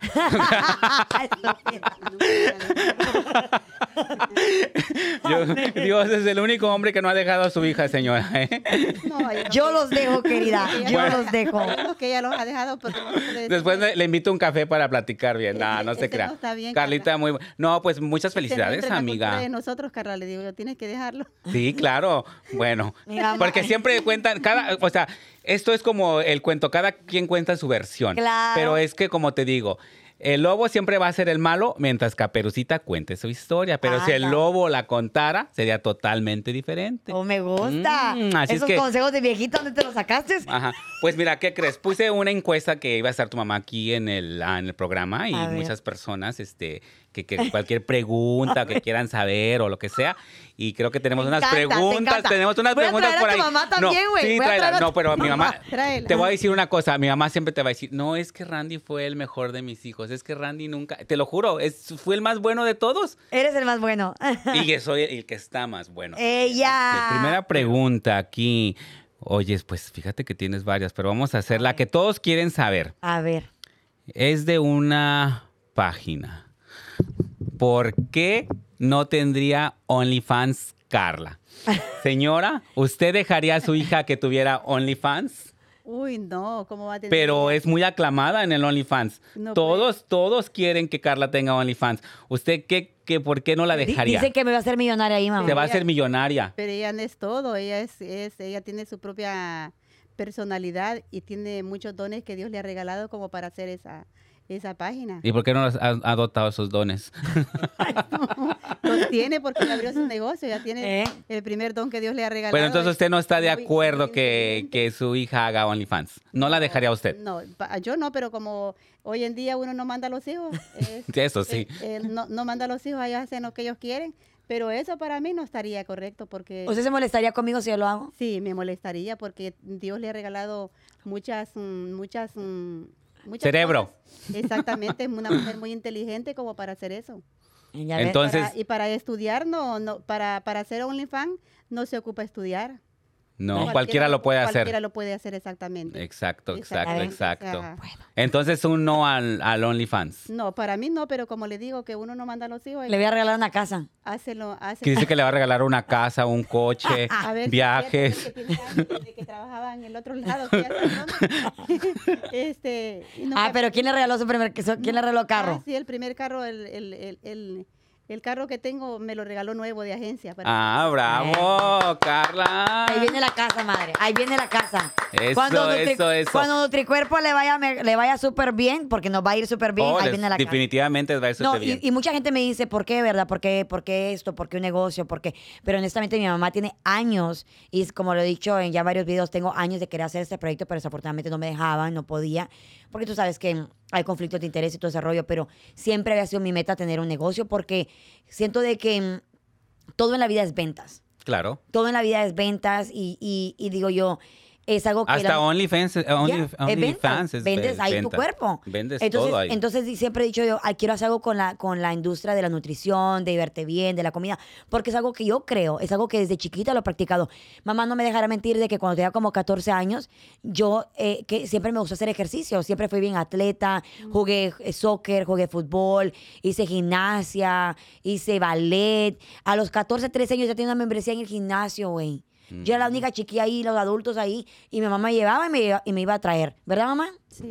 Yo- Dios es el único hombre que no ha dejado a su hija, señora. ¿eh? yo los dejo, querida. Yo Bueno. los [LAUGHS] dejo. que ella los ha dejado. porque no se puede Después decir le, le invito un café para platicar bien. No, Ese- no se ese crea. no está bien, Carlita, Carla. muy bu- No, pues muchas que no entra felicidades, en la cultura amiga. De nosotros, Carla, le digo yo, tienes que dejarlo. Sí, claro. Bueno, [LAUGHS] Mi mamá. porque siempre cuentan, cada, o sea, esto es como el cuento, cada quien cuenta su versión. Claro. Pero es que, como te digo, el lobo siempre va a ser el malo mientras Caperucita cuente su historia. Pero si el Ajá. lobo la contara, sería totalmente diferente. [LAUGHS] Oh, me gusta. Mm, así es Esos que- consejos de viejito, ¿dónde te los sacaste? Ajá. Pues mira, ¿qué crees? Puse una encuesta que iba a estar tu mamá aquí en el, ah, en el programa y A ver. muchas personas, este, que, que cualquier [LAUGHS] pregunta que quieran saber o lo que sea. Y creo que tenemos Me unas encanta, te preguntas, encanta. tenemos unas Voy a preguntas traer a por tu ahí. mamá No, también, güey. sí, Voy a tráela. traer a No, tu pero mi mamá, Tráela. te voy a decir una cosa, mi mamá siempre te va a decir, no, es que Randy fue el mejor de mis hijos, es que Randy nunca, te lo juro, es, fue el más bueno de todos. Eres el más bueno. [LAUGHS] Y que soy el que está más bueno. Ella. La primera pregunta aquí. Oyes, pues fíjate que tienes varias, pero vamos a hacer la que todos quieren saber. A ver. Es de una página. ¿Por qué no tendría OnlyFans Carla? [LAUGHS] Señora, ¿usted dejaría a su hija que tuviera OnlyFans? Uy, no, ¿cómo va a tener? Pero es muy aclamada en el OnlyFans. No, pues. todos, todos quieren que Carla tenga OnlyFans. ¿Usted qué, qué, por qué no la Di- dejaría? Dice que me va a hacer millonaria ahí, mamá. Se va a hacer millonaria. Pero ella no es todo, ella es, es, ella tiene su propia personalidad y tiene muchos dones que Dios le ha regalado como para hacer esa esa página. ¿Y por qué no las ha ha dotado esos dones? Los tiene porque [LAUGHS] ella abrió su negocio, ya tiene ¿Eh? el primer don que Dios le ha regalado. Bueno, entonces usted no está de muy acuerdo que, inteligente. que su hija haga OnlyFans. No la dejaría a usted. No, pa- yo no, pero como hoy en día uno no manda a los hijos, es- [LAUGHS] Eso sí. eh, eh, no, no manda a los hijos, ellos hacen lo que ellos quieren, pero eso para mí no estaría correcto porque ¿Usted se molestaría conmigo si yo lo hago? Sí, me molestaría porque Dios le ha regalado muchas, mm, muchas, mm, muchas Cerebro. cosas. Exactamente, es una mujer muy inteligente como para hacer eso. Ya ve. Entonces- Para- y para estudiar, no, no para, para ser OnlyFans no se ocupa estudiar. No, cualquiera lo puede hacer. Cualquiera lo puede hacer exactamente. Exacto, exacto, Exactamente, exacto. Ajá. Bueno, Entonces un no al, al OnlyFans. No, para mí no, pero como le digo que uno no manda a los hijos, le voy a regalar una casa. hácelo, hácelo. Que dice que le va a regalar una casa, un [LAUGHS] coche, A ver, viajes. fíjate que tiene años desde que trabajaba en el otro lado. que ya [LAUGHS] sabe dónde. [LAUGHS] este, y nunca- ah, pero ¿quién le regaló su primer que- ¿Quién le regaló carro? Ah, sí, el primer carro, el, el, el, el- el carro que tengo me lo regaló nuevo de agencia. para- Ah, bravo, Ahí Carla. viene la casa, madre. Ahí viene la casa. Eso, Nutri- eso, eso. Cuando Nutricuerpo le vaya, me- le vaya súper bien, porque nos va a ir súper bien, Oh, ahí les- viene la casa. definitivamente va a ir No, súper y, bien. y mucha gente me dice, ¿por qué, verdad? ¿Por qué, ¿Por qué esto? ¿Por qué un negocio? ¿Por qué? Pero honestamente mi mamá tiene años, y es como lo he dicho en ya varios videos, tengo años de querer hacer este proyecto, pero desafortunadamente no me dejaban, no podía, porque tú sabes que hay conflictos de interés y todo ese rollo, pero siempre había sido mi meta tener un negocio, porque siento de que mm, todo en la vida es ventas. Claro. Todo en la vida es ventas y, y- y digo yo, es algo que... Hasta la- OnlyFans, Only, Ya, es OnlyFans venta. es vendes es ahí tu venta. cuerpo. Vendes entonces, todo ahí. entonces sí, siempre he dicho yo, "Ay, quiero hacer algo con la, con la industria de la nutrición, de verte bien, de la comida, porque es algo que yo creo, es algo que desde chiquita lo he practicado. Mamá no me dejará mentir de que cuando tenía como 14 años, yo eh, que siempre me gustó hacer ejercicio, siempre fui bien atleta, jugué eh, soccer, jugué fútbol, hice gimnasia, hice ballet. A los 14, 13 años ya tenía una membresía en el gimnasio, güey. Yo Mm. era la única chiquilla ahí, los adultos ahí, y mi mamá me llevaba y me, iba- y me iba a traer, ¿verdad, mamá? Sí.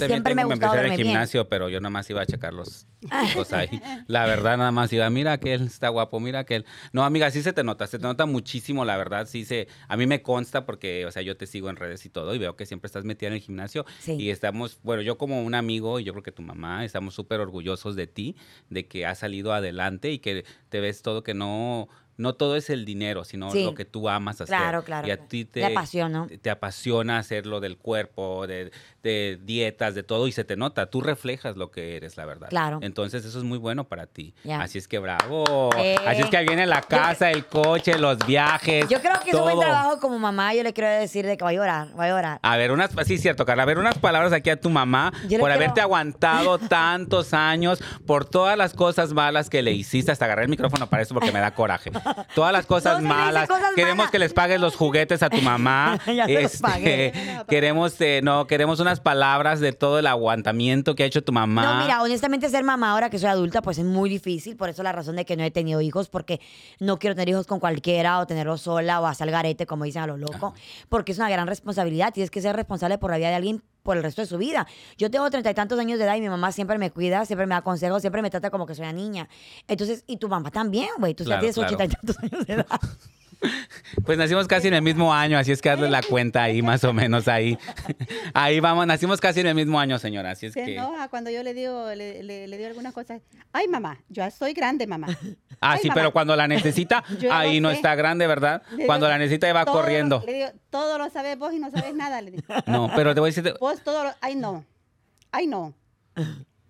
yo también siempre me tengo membresía en gustaba verme el bien. gimnasio, pero yo nada más iba a checar [LAUGHS] los chicos ahí. La verdad, nada más iba, mira aquel, está guapo, mira aquel. No, amiga, sí se te nota, se te nota muchísimo, la verdad. Sí se, a mí me consta porque, o sea, yo te sigo en redes y todo y veo que siempre estás metida en el gimnasio. Sí. Y estamos, bueno, yo como un amigo y yo creo que tu mamá, estamos súper orgullosos de ti, de que has salido adelante y que te ves todo que no... No todo es el dinero, sino Sí. lo que tú amas hacer. Claro, claro. Y a claro. ti te, Le apasionó. te apasiona hacerlo del cuerpo, de, de dietas, de todo, y se te nota. Tú reflejas lo que eres, la verdad. Claro. Entonces, eso es muy bueno para ti. Ya. Así es que bravo. Eh. Así es que ahí viene la casa, el coche, los viajes. Yo creo que es un buen todo. trabajo como mamá. Yo le quiero decir de que va a llorar, va a llorar. A ver, unas, sí, cierto, Carla. A ver, unas palabras aquí a tu mamá Yo le por quiero- haberte [LAUGHS] aguantado tantos años, por todas las cosas malas que le hiciste. Hasta agarré el micrófono para eso porque me da coraje. Todas las cosas No se le dice malas. cosas queremos malas. que les pagues los juguetes a tu mamá. [LAUGHS] Este, Ya se los pagué. [LAUGHS] Queremos, eh, no, queremos unas palabras de todo el aguantamiento que ha hecho tu mamá. No, mira, honestamente ser mamá ahora que soy adulta pues es muy difícil, por eso la razón de que no he tenido hijos, porque no quiero tener hijos con cualquiera o tenerlos sola o hacer el garete como dicen a lo loco, porque es una gran responsabilidad, tienes que ser responsable por la vida de alguien por el resto de su vida. Yo tengo treinta y tantos años de edad y mi mamá siempre me cuida, siempre me da consejos, siempre me trata como que soy una niña. Entonces, y tu mamá también, güey, tú ya Claro, tienes claro. ochenta y tantos años de edad. Pues nacimos casi en el mismo año, así es que hazle la cuenta ahí, más o menos ahí. [LAUGHS] Ahí vamos, nacimos casi en el mismo año, señora. Así es Se que. enoja cuando yo le digo, le, le- le digo algunas cosas. Ay, mamá, yo soy grande, mamá. Ah, Ay, sí, mamá. pero cuando la necesita, [LAUGHS] Yo ya ahí lo no sé. está grande, ¿verdad? Le digo, Cuando la necesita, ahí va "Todo lo- corriendo. Le digo, todo lo sabes vos y no sabes nada. Le digo, [LAUGHS] No, pero te voy a decir, vos todo lo, ay no, ay no.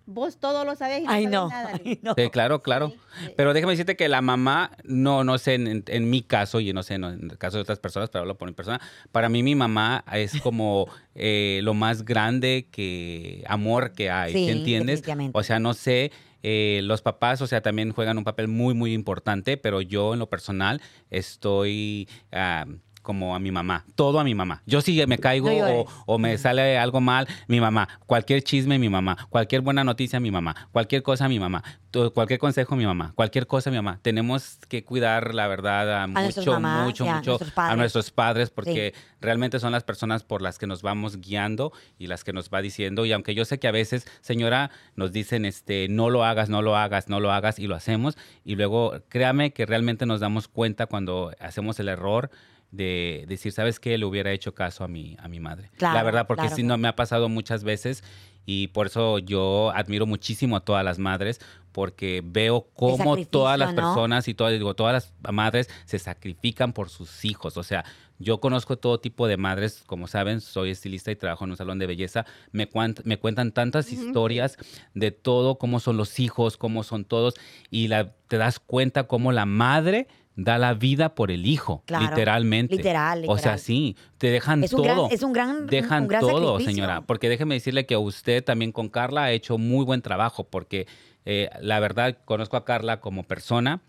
Vos todo lo sabes y no Ay, sabes no. nada. le digo. Ay, no. Sí, claro, claro. sí. Pero déjame decirte que la mamá, no, no sé, en, en- en mi caso, y no sé, no, en el caso de otras personas, pero hablo por mi persona, para mí mi mamá es como eh, lo más grande que amor que hay, Sí, ¿sí ¿entiendes? definitivamente. O sea, no sé, eh, los papás, o sea, también juegan un papel muy, muy importante, pero yo en lo personal estoy... ah, como a mi mamá, todo a mi mamá. Yo sí me caigo No llores. o, o me sale algo mal, mi mamá. Cualquier chisme, mi mamá. Cualquier buena noticia, mi mamá. Cualquier cosa, mi mamá. To- Cualquier consejo, mi mamá. Cualquier cosa, mi mamá. Tenemos que cuidar, la verdad, a nuestros mucho, mamás, mucho, ya, a mucho nuestros a padres. nuestros padres porque realmente son las personas por las que nos vamos guiando y las que nos va diciendo. Y aunque yo sé que a veces, señora, nos dicen, este, no lo hagas, no lo hagas, no lo hagas y lo hacemos. Y luego, créame que realmente nos damos cuenta cuando hacemos el error de decir, ¿sabes qué? Le hubiera hecho caso a mi, a mi madre. Claro, la verdad, porque claro. si no me ha pasado muchas veces y por eso yo admiro muchísimo a todas las madres porque veo cómo sacrificio, todas las ¿no? personas y todas, digo, todas las madres se sacrifican por sus hijos. O sea, yo conozco todo tipo de madres, como saben, soy estilista y trabajo en un salón de belleza. Me, cuan- me cuentan tantas Ujú. historias de todo, cómo son los hijos, cómo son todos, y la, te das cuenta cómo la madre da la vida por el hijo, Claro. literalmente. Literal, O sea, literal. sí, te dejan Es un, todo gran, es un gran, dejan un gran todo, sacrificio. señora. Porque déjeme decirle que usted también con Carla ha hecho muy buen trabajo, porque eh, la verdad conozco a Carla como persona.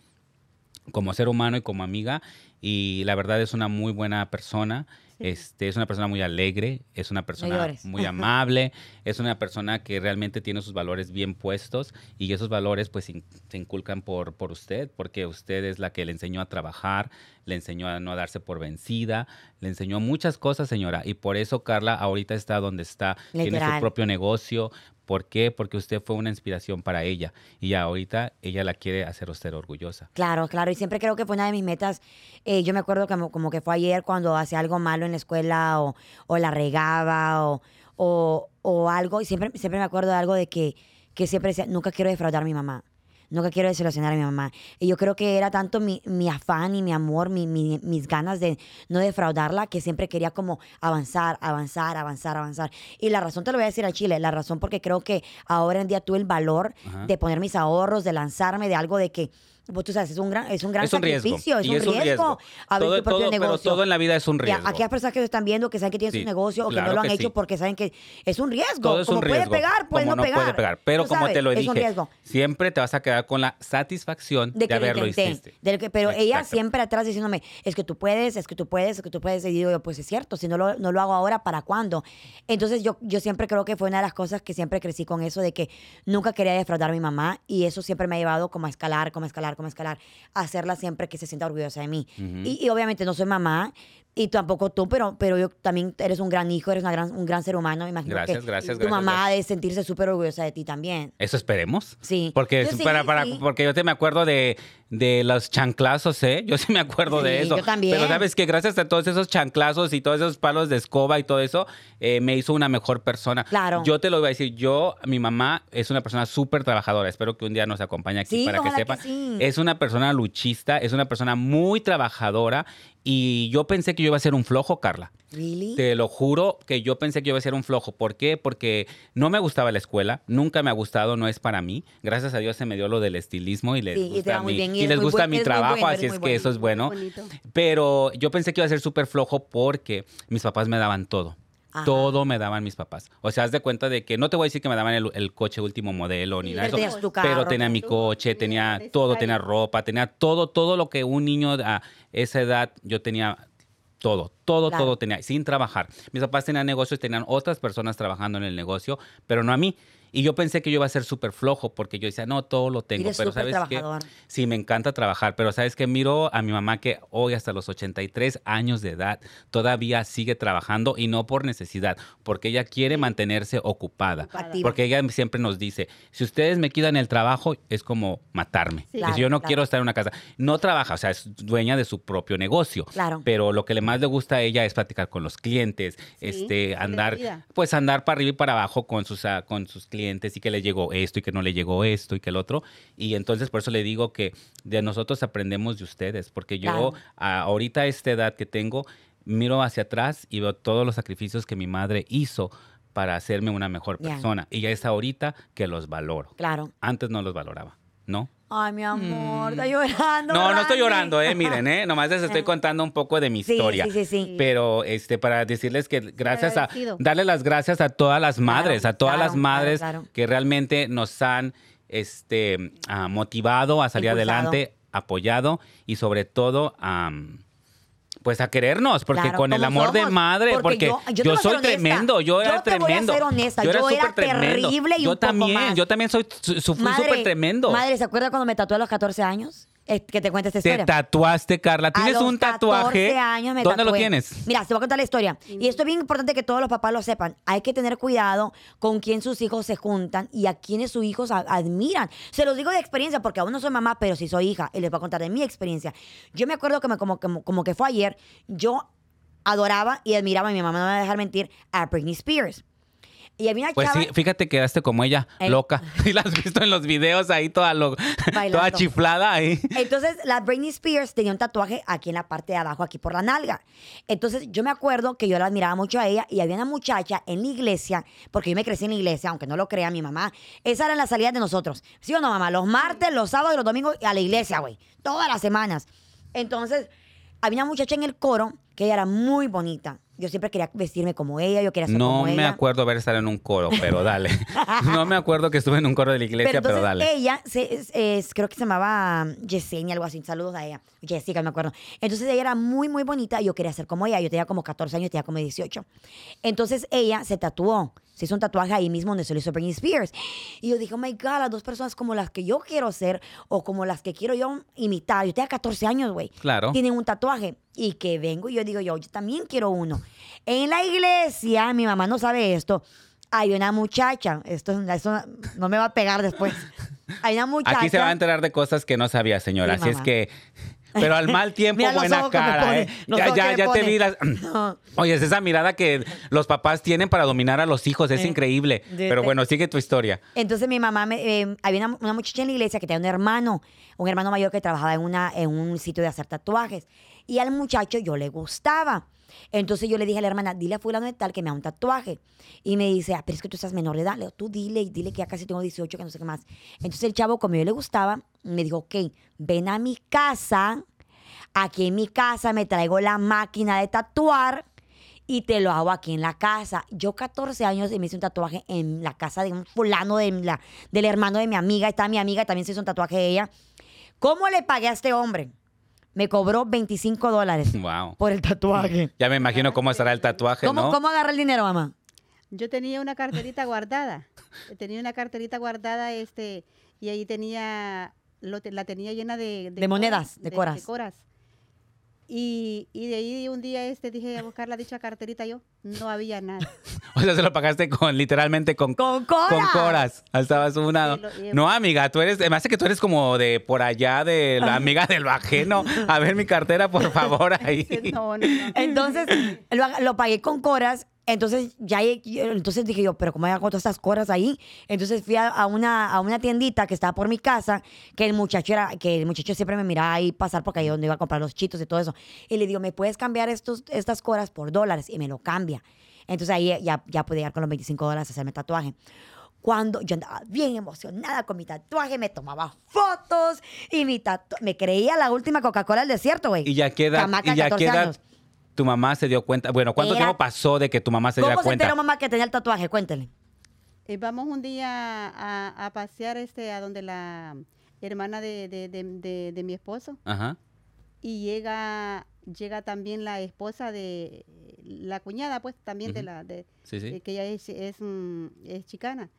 como ser humano y como amiga y la verdad es una muy buena persona. Sí. Este, es una persona muy alegre, es una persona [LAUGHS] llores. muy amable, es una persona que realmente tiene sus valores bien puestos y esos valores pues in- se inculcan por, por usted, porque usted es la que le enseñó a trabajar, le enseñó a no darse por vencida, le enseñó muchas cosas, señora, y por eso Carla ahorita está donde está, tiene Literal. su propio negocio. ¿Por qué? Porque usted fue una inspiración para ella y ahorita ella la quiere hacer a usted orgullosa. Claro, claro, y siempre creo que fue una de mis metas. Eh, yo me acuerdo como, como que fue ayer cuando hacía algo malo en la escuela o, o la regaba o, o, o algo, y siempre, siempre me acuerdo de algo de que, que siempre decía, nunca quiero defraudar a mi mamá, nunca quiero desilusionar a mi mamá. Y yo creo que era tanto mi, mi afán y mi amor, mi- mi- mis ganas de no defraudarla, que siempre quería como avanzar, avanzar, avanzar, avanzar. Y la razón te lo voy a decir a Chile, la razón porque creo que ahora en día tuve el valor Ajá. de poner mis ahorros, de lanzarme de algo de que, pues tú sabes, es un gran, es un gran es un riesgo. sacrificio, es y un riesgo. Abrir Todo- tu propio todo- negocio. Pero todo en la vida es un Y a- riesgo. aquellas personas que están viendo que saben que tienen Sí, sus negocios o que claro no lo han que hecho sí. porque saben que es un riesgo. todo es como un riesgo. puede pegar, puede como no pegar. puede pegar. Pero Tú como te sabes, lo Es un dije, riesgo. siempre te vas a quedar con la satisfacción de, De que lo haberlo intenté, hiciste. de que- pero ella Exacto. siempre atrás diciéndome, es que tú puedes, es que tú puedes, es que tú puedes. Y digo yo, pues es cierto, si no lo, no lo hago ahora, ¿para cuándo? Entonces yo, yo siempre creo que fue una de las cosas que siempre crecí con eso, de que nunca quería defraudar a mi mamá y eso siempre me ha llevado como a escalar, como a escalar, como a escalar, a hacerla siempre que se sienta orgullosa de mí. Ujú. y, y obviamente no soy mamá y tampoco tú, pero, pero yo también eres un gran hijo, eres una gran, un gran ser humano, me imagino Gracias, que gracias, tu gracias, mamá gracias. ha de sentirse súper orgullosa de ti también. Eso esperemos. Sí. Porque, Yo es sí, para, para- sí. porque yo te me acuerdo de, de los chanclazos, ¿eh? Yo sí me acuerdo de Sí, eso. yo también. Pero sabes que gracias a todos esos chanclazos y todos esos palos de escoba y todo eso, eh, me hizo una mejor persona. Claro. Yo te lo voy a decir, yo, mi mamá es una persona súper trabajadora. Espero que un día nos acompañe aquí Sí, para que ojalá que sepa. sí. Es una persona luchista, es una persona muy trabajadora. Y yo pensé que yo iba a ser un flojo, Carla. ¿Really? Te lo juro que yo pensé que yo iba a ser un flojo. ¿Por qué? Porque no me gustaba la escuela, nunca me ha gustado, no es para mí. Gracias a Dios se me dio lo del estilismo y les Sí, y te gusta, va muy mi, bien, y y eres les muy gusta buen- mi eres muy trabajo, bueno, así eres es muy que eso es bueno. Bonito. Pero yo pensé que iba a ser súper flojo porque mis papás me daban todo. Ajá. Todo me daban mis papás. O sea, haz de cuenta de que no te voy a decir que me daban el, el coche último modelo ni Sí, nada de Pero eso. tenías tu carro. Pero tenía mi tú, coche, tenía tenía necesario. todo, tenía ropa, tenía todo, todo lo que un niño a esa edad yo tenía. Todo, todo, Claro. todo tenía, sin trabajar. Mis papás tenían negocios, tenían otras personas trabajando en el negocio, pero no a mí. Y yo pensé que yo iba a ser súper flojo porque yo decía, no, todo lo tengo. Eres pero súper ¿sabes qué? trabajador. Sí, me encanta trabajar, pero sabes que miro a mi mamá que hoy hasta los 83 años de edad todavía sigue trabajando y no por necesidad, porque ella quiere mantenerse ocupada. Activa. Porque ella siempre nos dice, si ustedes me quitan el trabajo, es como matarme. Sí. Es, Claro, yo no claro. quiero estar en una casa. No trabaja, o sea, es dueña de su propio negocio. Claro. Pero lo que le más le gusta a ella es platicar con los clientes, Sí, este, sobre andar, su vida. pues andar para arriba y para abajo con sus, ah, con sus clientes y que le llegó esto y que no le llegó esto y que el otro. Y entonces por eso le digo que de nosotros aprendemos de ustedes, porque yo Claro. a- ahorita a esta edad que tengo, miro hacia atrás y veo todos los sacrificios que mi madre hizo para hacerme una mejor Ya. persona. Y ya es ahorita que los valoro. Claro. Antes no los valoraba, ¿no? Ay, mi amor, Mm. está llorando. No, no estoy Randy. llorando, eh, miren, eh, nomás les [LAUGHS] estoy contando un poco de mi Sí, historia. sí, sí, sí. Pero este para decirles que gracias a agradecido. darle las gracias a todas las madres, a todas claro, las claro, madres claro. que realmente nos han este ah, motivado a salir Impulsado. adelante, apoyado y sobre todo am, pues a querernos, porque Claro, con el como amor de somos, madre, porque, yo, te voy a ser soy honesta, tremendo, yo era te voy a tremendo. ser honesta, yo era, yo era súper tremendo. terrible y Yo un poco también, más. yo también soy su- su- fui súper tremendo. Madre, ¿se acuerda cuando me tatué a los 14 años? Es que te cuente esta Te historia. tatuaste, Carla. A Tienes los un tatuaje. 14 años me ¿Dónde lo tatué. tienes? Mira, te voy a contar la historia. Y esto es bien importante que todos los papás lo sepan. Hay que tener cuidado con quién sus hijos se juntan y a quienes sus hijos a- admiran. Se los digo de experiencia porque aún no soy mamá, pero sí soy hija. Y les voy a contar de mi experiencia. Yo me acuerdo que me- como, como, como que fue ayer, yo adoraba y admiraba, y mi mamá no me va a dejar mentir, a Britney Spears. Y había una Pues chava... sí, fíjate, quedaste como ella, Eh. loca. [LAUGHS] Y la has visto en los videos ahí toda, lo- toda Bailando. chiflada ahí. Entonces, la Britney Spears tenía un tatuaje aquí en la parte de abajo, aquí por la nalga. Entonces, yo me acuerdo que yo la admiraba mucho a ella y había una muchacha en la iglesia, porque yo me crecí en la iglesia, aunque no lo crea mi mamá. Esa era la salida de nosotros. ¿Sí o no, mamá? Los martes, los sábados y los domingos a la iglesia, güey. Todas las semanas. Entonces, había una muchacha en el coro que ella era muy bonita. yo siempre quería vestirme como ella, yo quería ser No como ella. me acuerdo haber estado en un coro, pero [LAUGHS] dale. no me acuerdo que estuve en un coro de la Pero iglesia, pero, entonces dale. ella, se- es- es- creo que se llamaba um, Yesenia, algo así. Saludos a ella. Jessica, me acuerdo. Entonces ella era muy, muy bonita. y Yo quería ser como ella. Yo tenía como 14 años, tenía como 18. Entonces ella se tatuó. Se hizo un tatuaje ahí mismo donde se lo hizo Britney Spears. Y yo dije, oh my God, las dos personas como las que yo quiero ser o como las que quiero yo imitar. Yo tenía 14 años, güey. Claro. Tienen un tatuaje. Y que vengo y yo digo, yo, yo también quiero uno. En la iglesia, mi mamá no sabe esto. Hay una muchacha, esto, es una- esto no me va a pegar después. [LAUGHS] Hay una muchacha. Aquí se [LAUGHS] va a enterar de cosas que no sabía, señora. Sí, Así es mamá. que. Pero al [LAUGHS] mal tiempo, Mira los buena ojos que me cara. pone, ¿eh? los Ya, ojos que ya, me ya te pone. vi las. [CLEARS THROAT] Oye, es esa mirada que los papás tienen para dominar a los hijos. Es Eh, increíble. de- Pero de- bueno, sigue tu historia. Entonces mi mamá, me, eh, había una, una muchacha en la iglesia que tenía un hermano, un hermano mayor que trabajaba en, una, en un sitio de hacer tatuajes. Y al muchacho yo le gustaba. Entonces yo le dije a la hermana, dile a fulano de tal que me haga un tatuaje. Y me dice, ah, pero es que tú estás menor de edad. Le digo, tú dile, y dile que ya casi tengo 18, que no sé qué más. Entonces el chavo, como yo le gustaba, me dijo, ok, ven a mi casa. Aquí en mi casa me traigo la máquina de tatuar y te lo hago aquí en la casa. Yo 14 años y me hice un tatuaje en la casa de un fulano de la, del hermano de mi amiga. Está mi amiga, también se hizo un tatuaje de ella. ¿Cómo le pagué a este hombre? Me cobró 25 [LAUGHS] dólares Wow. por el tatuaje. Ya me imagino cómo estará el tatuaje, ¿Cómo, ¿no? ¿Cómo agarra el dinero, mamá? Yo tenía [LAUGHS] una carterita guardada. eh, Tenía una carterita guardada, este, y ahí tenía, lo te- la tenía llena de, De monedas, de coras. Y, y de ahí un día este dije a buscar la dicha carterita yo, no [LAUGHS] había nada. O sea, se lo pagaste con literalmente con, Con coras. con coras. Estabas una. Y lo- y- No, amiga, tú eres. Me hace que tú eres como de por allá, de la amiga del ajeno. A ver mi cartera, [LAUGHS] por favor, ahí. No, no, no. Entonces lo, lo pagué con coras. Entonces ya yo- entonces dije yo, pero ¿cómo hago todas estas coras ahí? Entonces fui a, a una, a una tiendita que estaba por mi casa, que el muchacho era, que el muchacho siempre me miraba ahí pasar porque ahí donde iba a comprar los chitos y todo eso. Y le digo, ¿me puedes cambiar estos, estas coras por dólares? Y me lo cambia. Entonces ahí ya, ya pude llegar con los 25 dólares a hacerme tatuaje cuando yo andaba bien emocionada con mi tatuaje, me tomaba fotos y mi tatuaje, me creía la última Coca-Cola del desierto, güey. ¿Y ya queda? Chamaca, ¿Y ya 14 queda? años. Tu mamá se dio cuenta. Bueno, ¿cuánto Era- tiempo pasó de que tu mamá se diera ¿Cómo se cuenta? enteró mamá que tenía el tatuaje? Cuéntele. Eh, vamos un día a, a pasear este a donde la hermana de, de- de- de- de mi esposo Ajá. y llega llega también la esposa de la cuñada pues también de Ujú. la de, Sí, eh, sí. que ella es, es, mm, es chicana.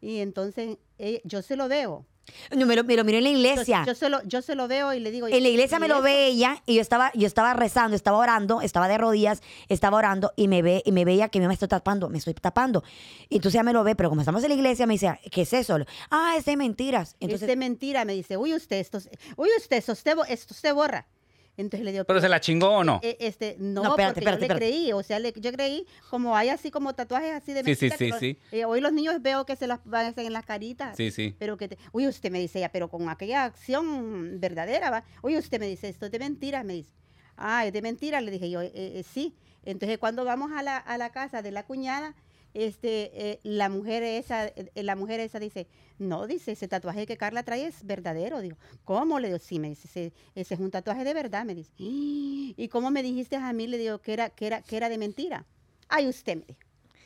Y entonces eh, yo se lo veo. No, me lo, me lo miró en la Yo, iglesia. yo se lo, yo se lo veo y le digo. en la iglesia "¿Y me lo eso?". ve ella y yo estaba, yo estaba rezando, estaba orando, estaba de rodillas, estaba orando y me ve y me veía que yo me estoy tapando, me estoy tapando. Y entonces ya me lo ve, pero como estamos en la iglesia me dice, ¿qué es eso? Ah, es de mentiras. Entonces, Este mentira, me dice, uy, usted, esto, se- uy, usted, esto, se bo- esto se borra. Entonces le digo, ¿Pero se la chingó o no? eh, este, no, No, espérate, espérate, porque yo le espérate. creí, o sea, le- yo creí, como hay así como tatuajes así de Sí, sí, mentira que sí, los- sí. eh, hoy los niños veo que se las van a hacer en las caritas. Sí, sí. Pero que, te- uy, usted me dice, ya, pero con aquella acción verdadera, va. Uy, usted me dice, esto es de mentiras, me dice. Ah, es de mentiras, le dije yo, "Eh, eh, sí. Entonces, cuando vamos a la, a la casa de la cuñada, este, eh, la mujer esa, eh, la mujer esa dice, no, dice, ese tatuaje que Carla trae es verdadero. Digo, ¿cómo? Le digo, sí, me dice, ese, ese es un tatuaje de verdad, me dice. "Ah, ¿Y cómo me dijiste a mí? Le digo, que era, que era, que era de mentira. Ay, usted me dijo.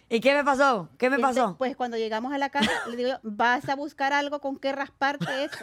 ¿y qué me pasó? ¿Qué me Entonces, pasó? Pues cuando llegamos a la casa, le digo, yo, vas a buscar algo con qué rasparte eso.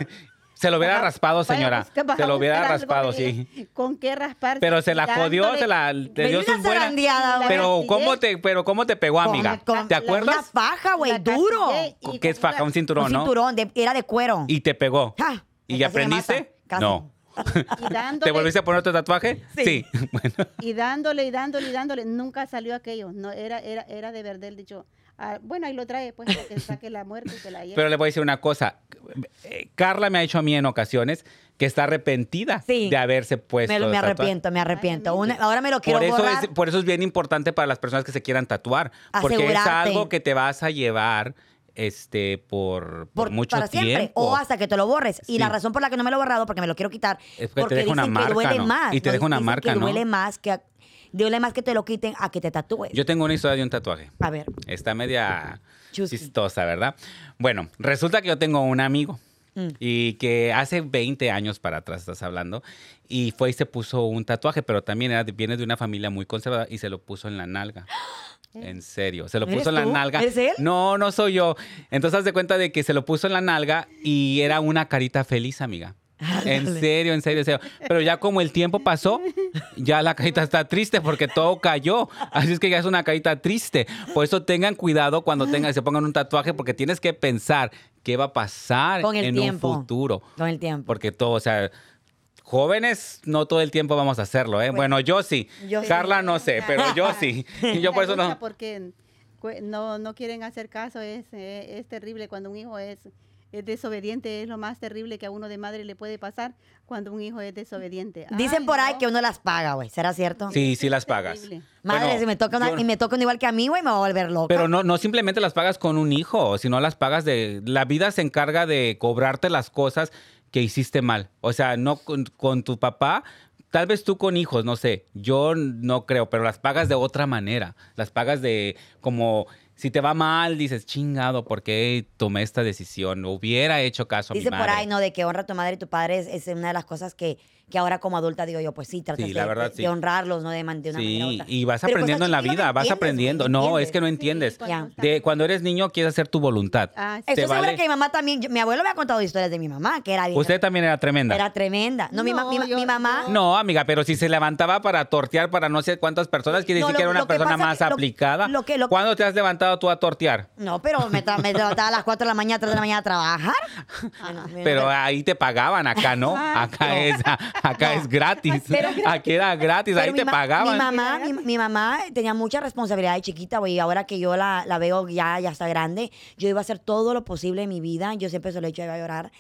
Se lo hubiera Vas a- raspado, vas a señora. buscar- vas Se a lo hubiera buscar algo raspado, que- sí. ¿Con qué rasparte? Pero se la jodió, dándole- se la te Me dio dio su una buena. zarandeada, güey. Pero La cómo castigué. te pero cómo te pegó, Con- amiga? con- ¿Te Una la- acuerdas? faja, güey, la duro. castigué y Que es con faja, un una- cinturón, un ¿no? cinturón, de- era de cuero. Y te pegó. Ja, ¿Y casi me aprendiste? mata, casi. No. y [LAUGHS] dándole, ¿Te volviste a poner otro tatuaje? Sí. Bueno, y dándole y dándole y dándole nunca salió aquello no era era era de verdad el dicho ah, bueno ahí lo trae pues para que saque la muerte y se la lleve [LAUGHS] pero le voy a decir una cosa. Eh, Carla me ha hecho a mí en ocasiones que está arrepentida pues Sí. de haberse puesto Me, el me tatuaje. arrepiento, me arrepiento. Ay, Una- ahora me lo quiero Por eso, borrar. es, por eso es bien importante para las personas que se quieran tatuar. Porque es Asegurarte. algo que te vas a llevar este, por, por por- mucho para siempre tiempo. o hasta que te lo borres. Y Sí. la razón por la que no me lo he borrado porque me lo quiero quitar Es porque te porque deja una dicen que marca, duele ¿no? más. Y te ¿no? deja una Dicen marca, que ¿no? duele más que duele más que te lo quiten a que te tatúes. Yo tengo una historia de un tatuaje. a ver, Está media Chusqui. chistosa, ¿verdad? Bueno, resulta que yo tengo un amigo. Mm. y que hace 20 años para atrás estás hablando, y fue y se puso un tatuaje, pero también era de- viene de una familia muy conservadora y se lo puso en la [GASPS] nalga. En serio, se lo ¿Eres puso en la tú? nalga. ¿Eres él? No, no soy yo. Entonces haz de cuenta de que se lo puso en la nalga y era una carita feliz, amiga. En serio, en serio, en serio. Pero ya como el tiempo pasó, ya la carita está triste porque todo cayó. Así es que ya es una carita triste. Por eso tengan cuidado cuando tengan, se pongan un tatuaje porque tienes que pensar qué va a pasar Con el en tiempo. un futuro. Con el tiempo. Porque todo, o sea, jóvenes no todo el tiempo vamos a hacerlo, ¿eh? Bueno, yo sí. Yo sí. Carla no sé, pero yo [LAUGHS] sí. [LAUGHS] Y yo La por eso lucha no. Porque cu- no, no quieren hacer caso, es, eh, es terrible cuando un hijo es, es desobediente, es lo más terrible que a uno de madre le puede pasar cuando un hijo es desobediente. Dicen Ay, por ahí no, que uno las paga, güey. ¿Será cierto? Sí, sí las pagas. Terrible. Madre, Bueno, si me toca, una, yo- y me toca uno igual que a mí, güey, me voy a volver loca. Pero no, no simplemente las pagas con un hijo, sino las pagas de... La vida se encarga de cobrarte las cosas que hiciste mal. O sea, no con, con tu papá, tal vez tú con hijos, no sé. Yo no creo, pero las pagas de otra manera. Las pagas de como... Si te va mal, dices, chingado, ¿por qué tomé esta decisión? Hubiera hecho caso a mi Dicen por madre". ahí, ¿no? De que honra a tu madre y tu padre es, es una de las cosas que, que ahora como adulta digo yo, pues sí, tratas Sí, de, la verdad, de sí. honrarlos, ¿no? De, man- de una manera u Sí, otra. y vas Pero pues, aprendiendo cosas en la chiquitas no vida, vas entiendes, güey, aprendiendo. no No, es que no entiendes. entiendes. Ya. cuando está- De cuando eres niño quieres hacer tu voluntad. Ah, sí. te Estoy segura vale. que mi mamá también, yo- mi abuelo me ha contado historias de mi mamá, que era bien. Usted también era tremenda. Era tremenda. No, mi, ma- mi, ma- No, yo- mi mamá. No, amiga, pero si se levantaba para tortear para no sé cuántas personas, quiere No, decir lo- que era lo una que persona pasa más que lo- aplicada. lo que- lo- ¿Cuándo te has levantado tú a tortear? No, pero me, tra- me levantaba a las 4 de la mañana, 3 de la mañana a trabajar. [LAUGHS] Bueno, mira, Pero ahí te pagaban, acá no, acá es, acá es gratis, aquí era gratis, pero ahí mi te ma- pagaban. Mi mamá, mi, mi mamá tenía mucha responsabilidad de chiquita, güey. y Ahora que yo la, la veo ya, ya está grande, yo iba a hacer todo lo posible en mi vida. Yo siempre se lo he hecho a ella llorar.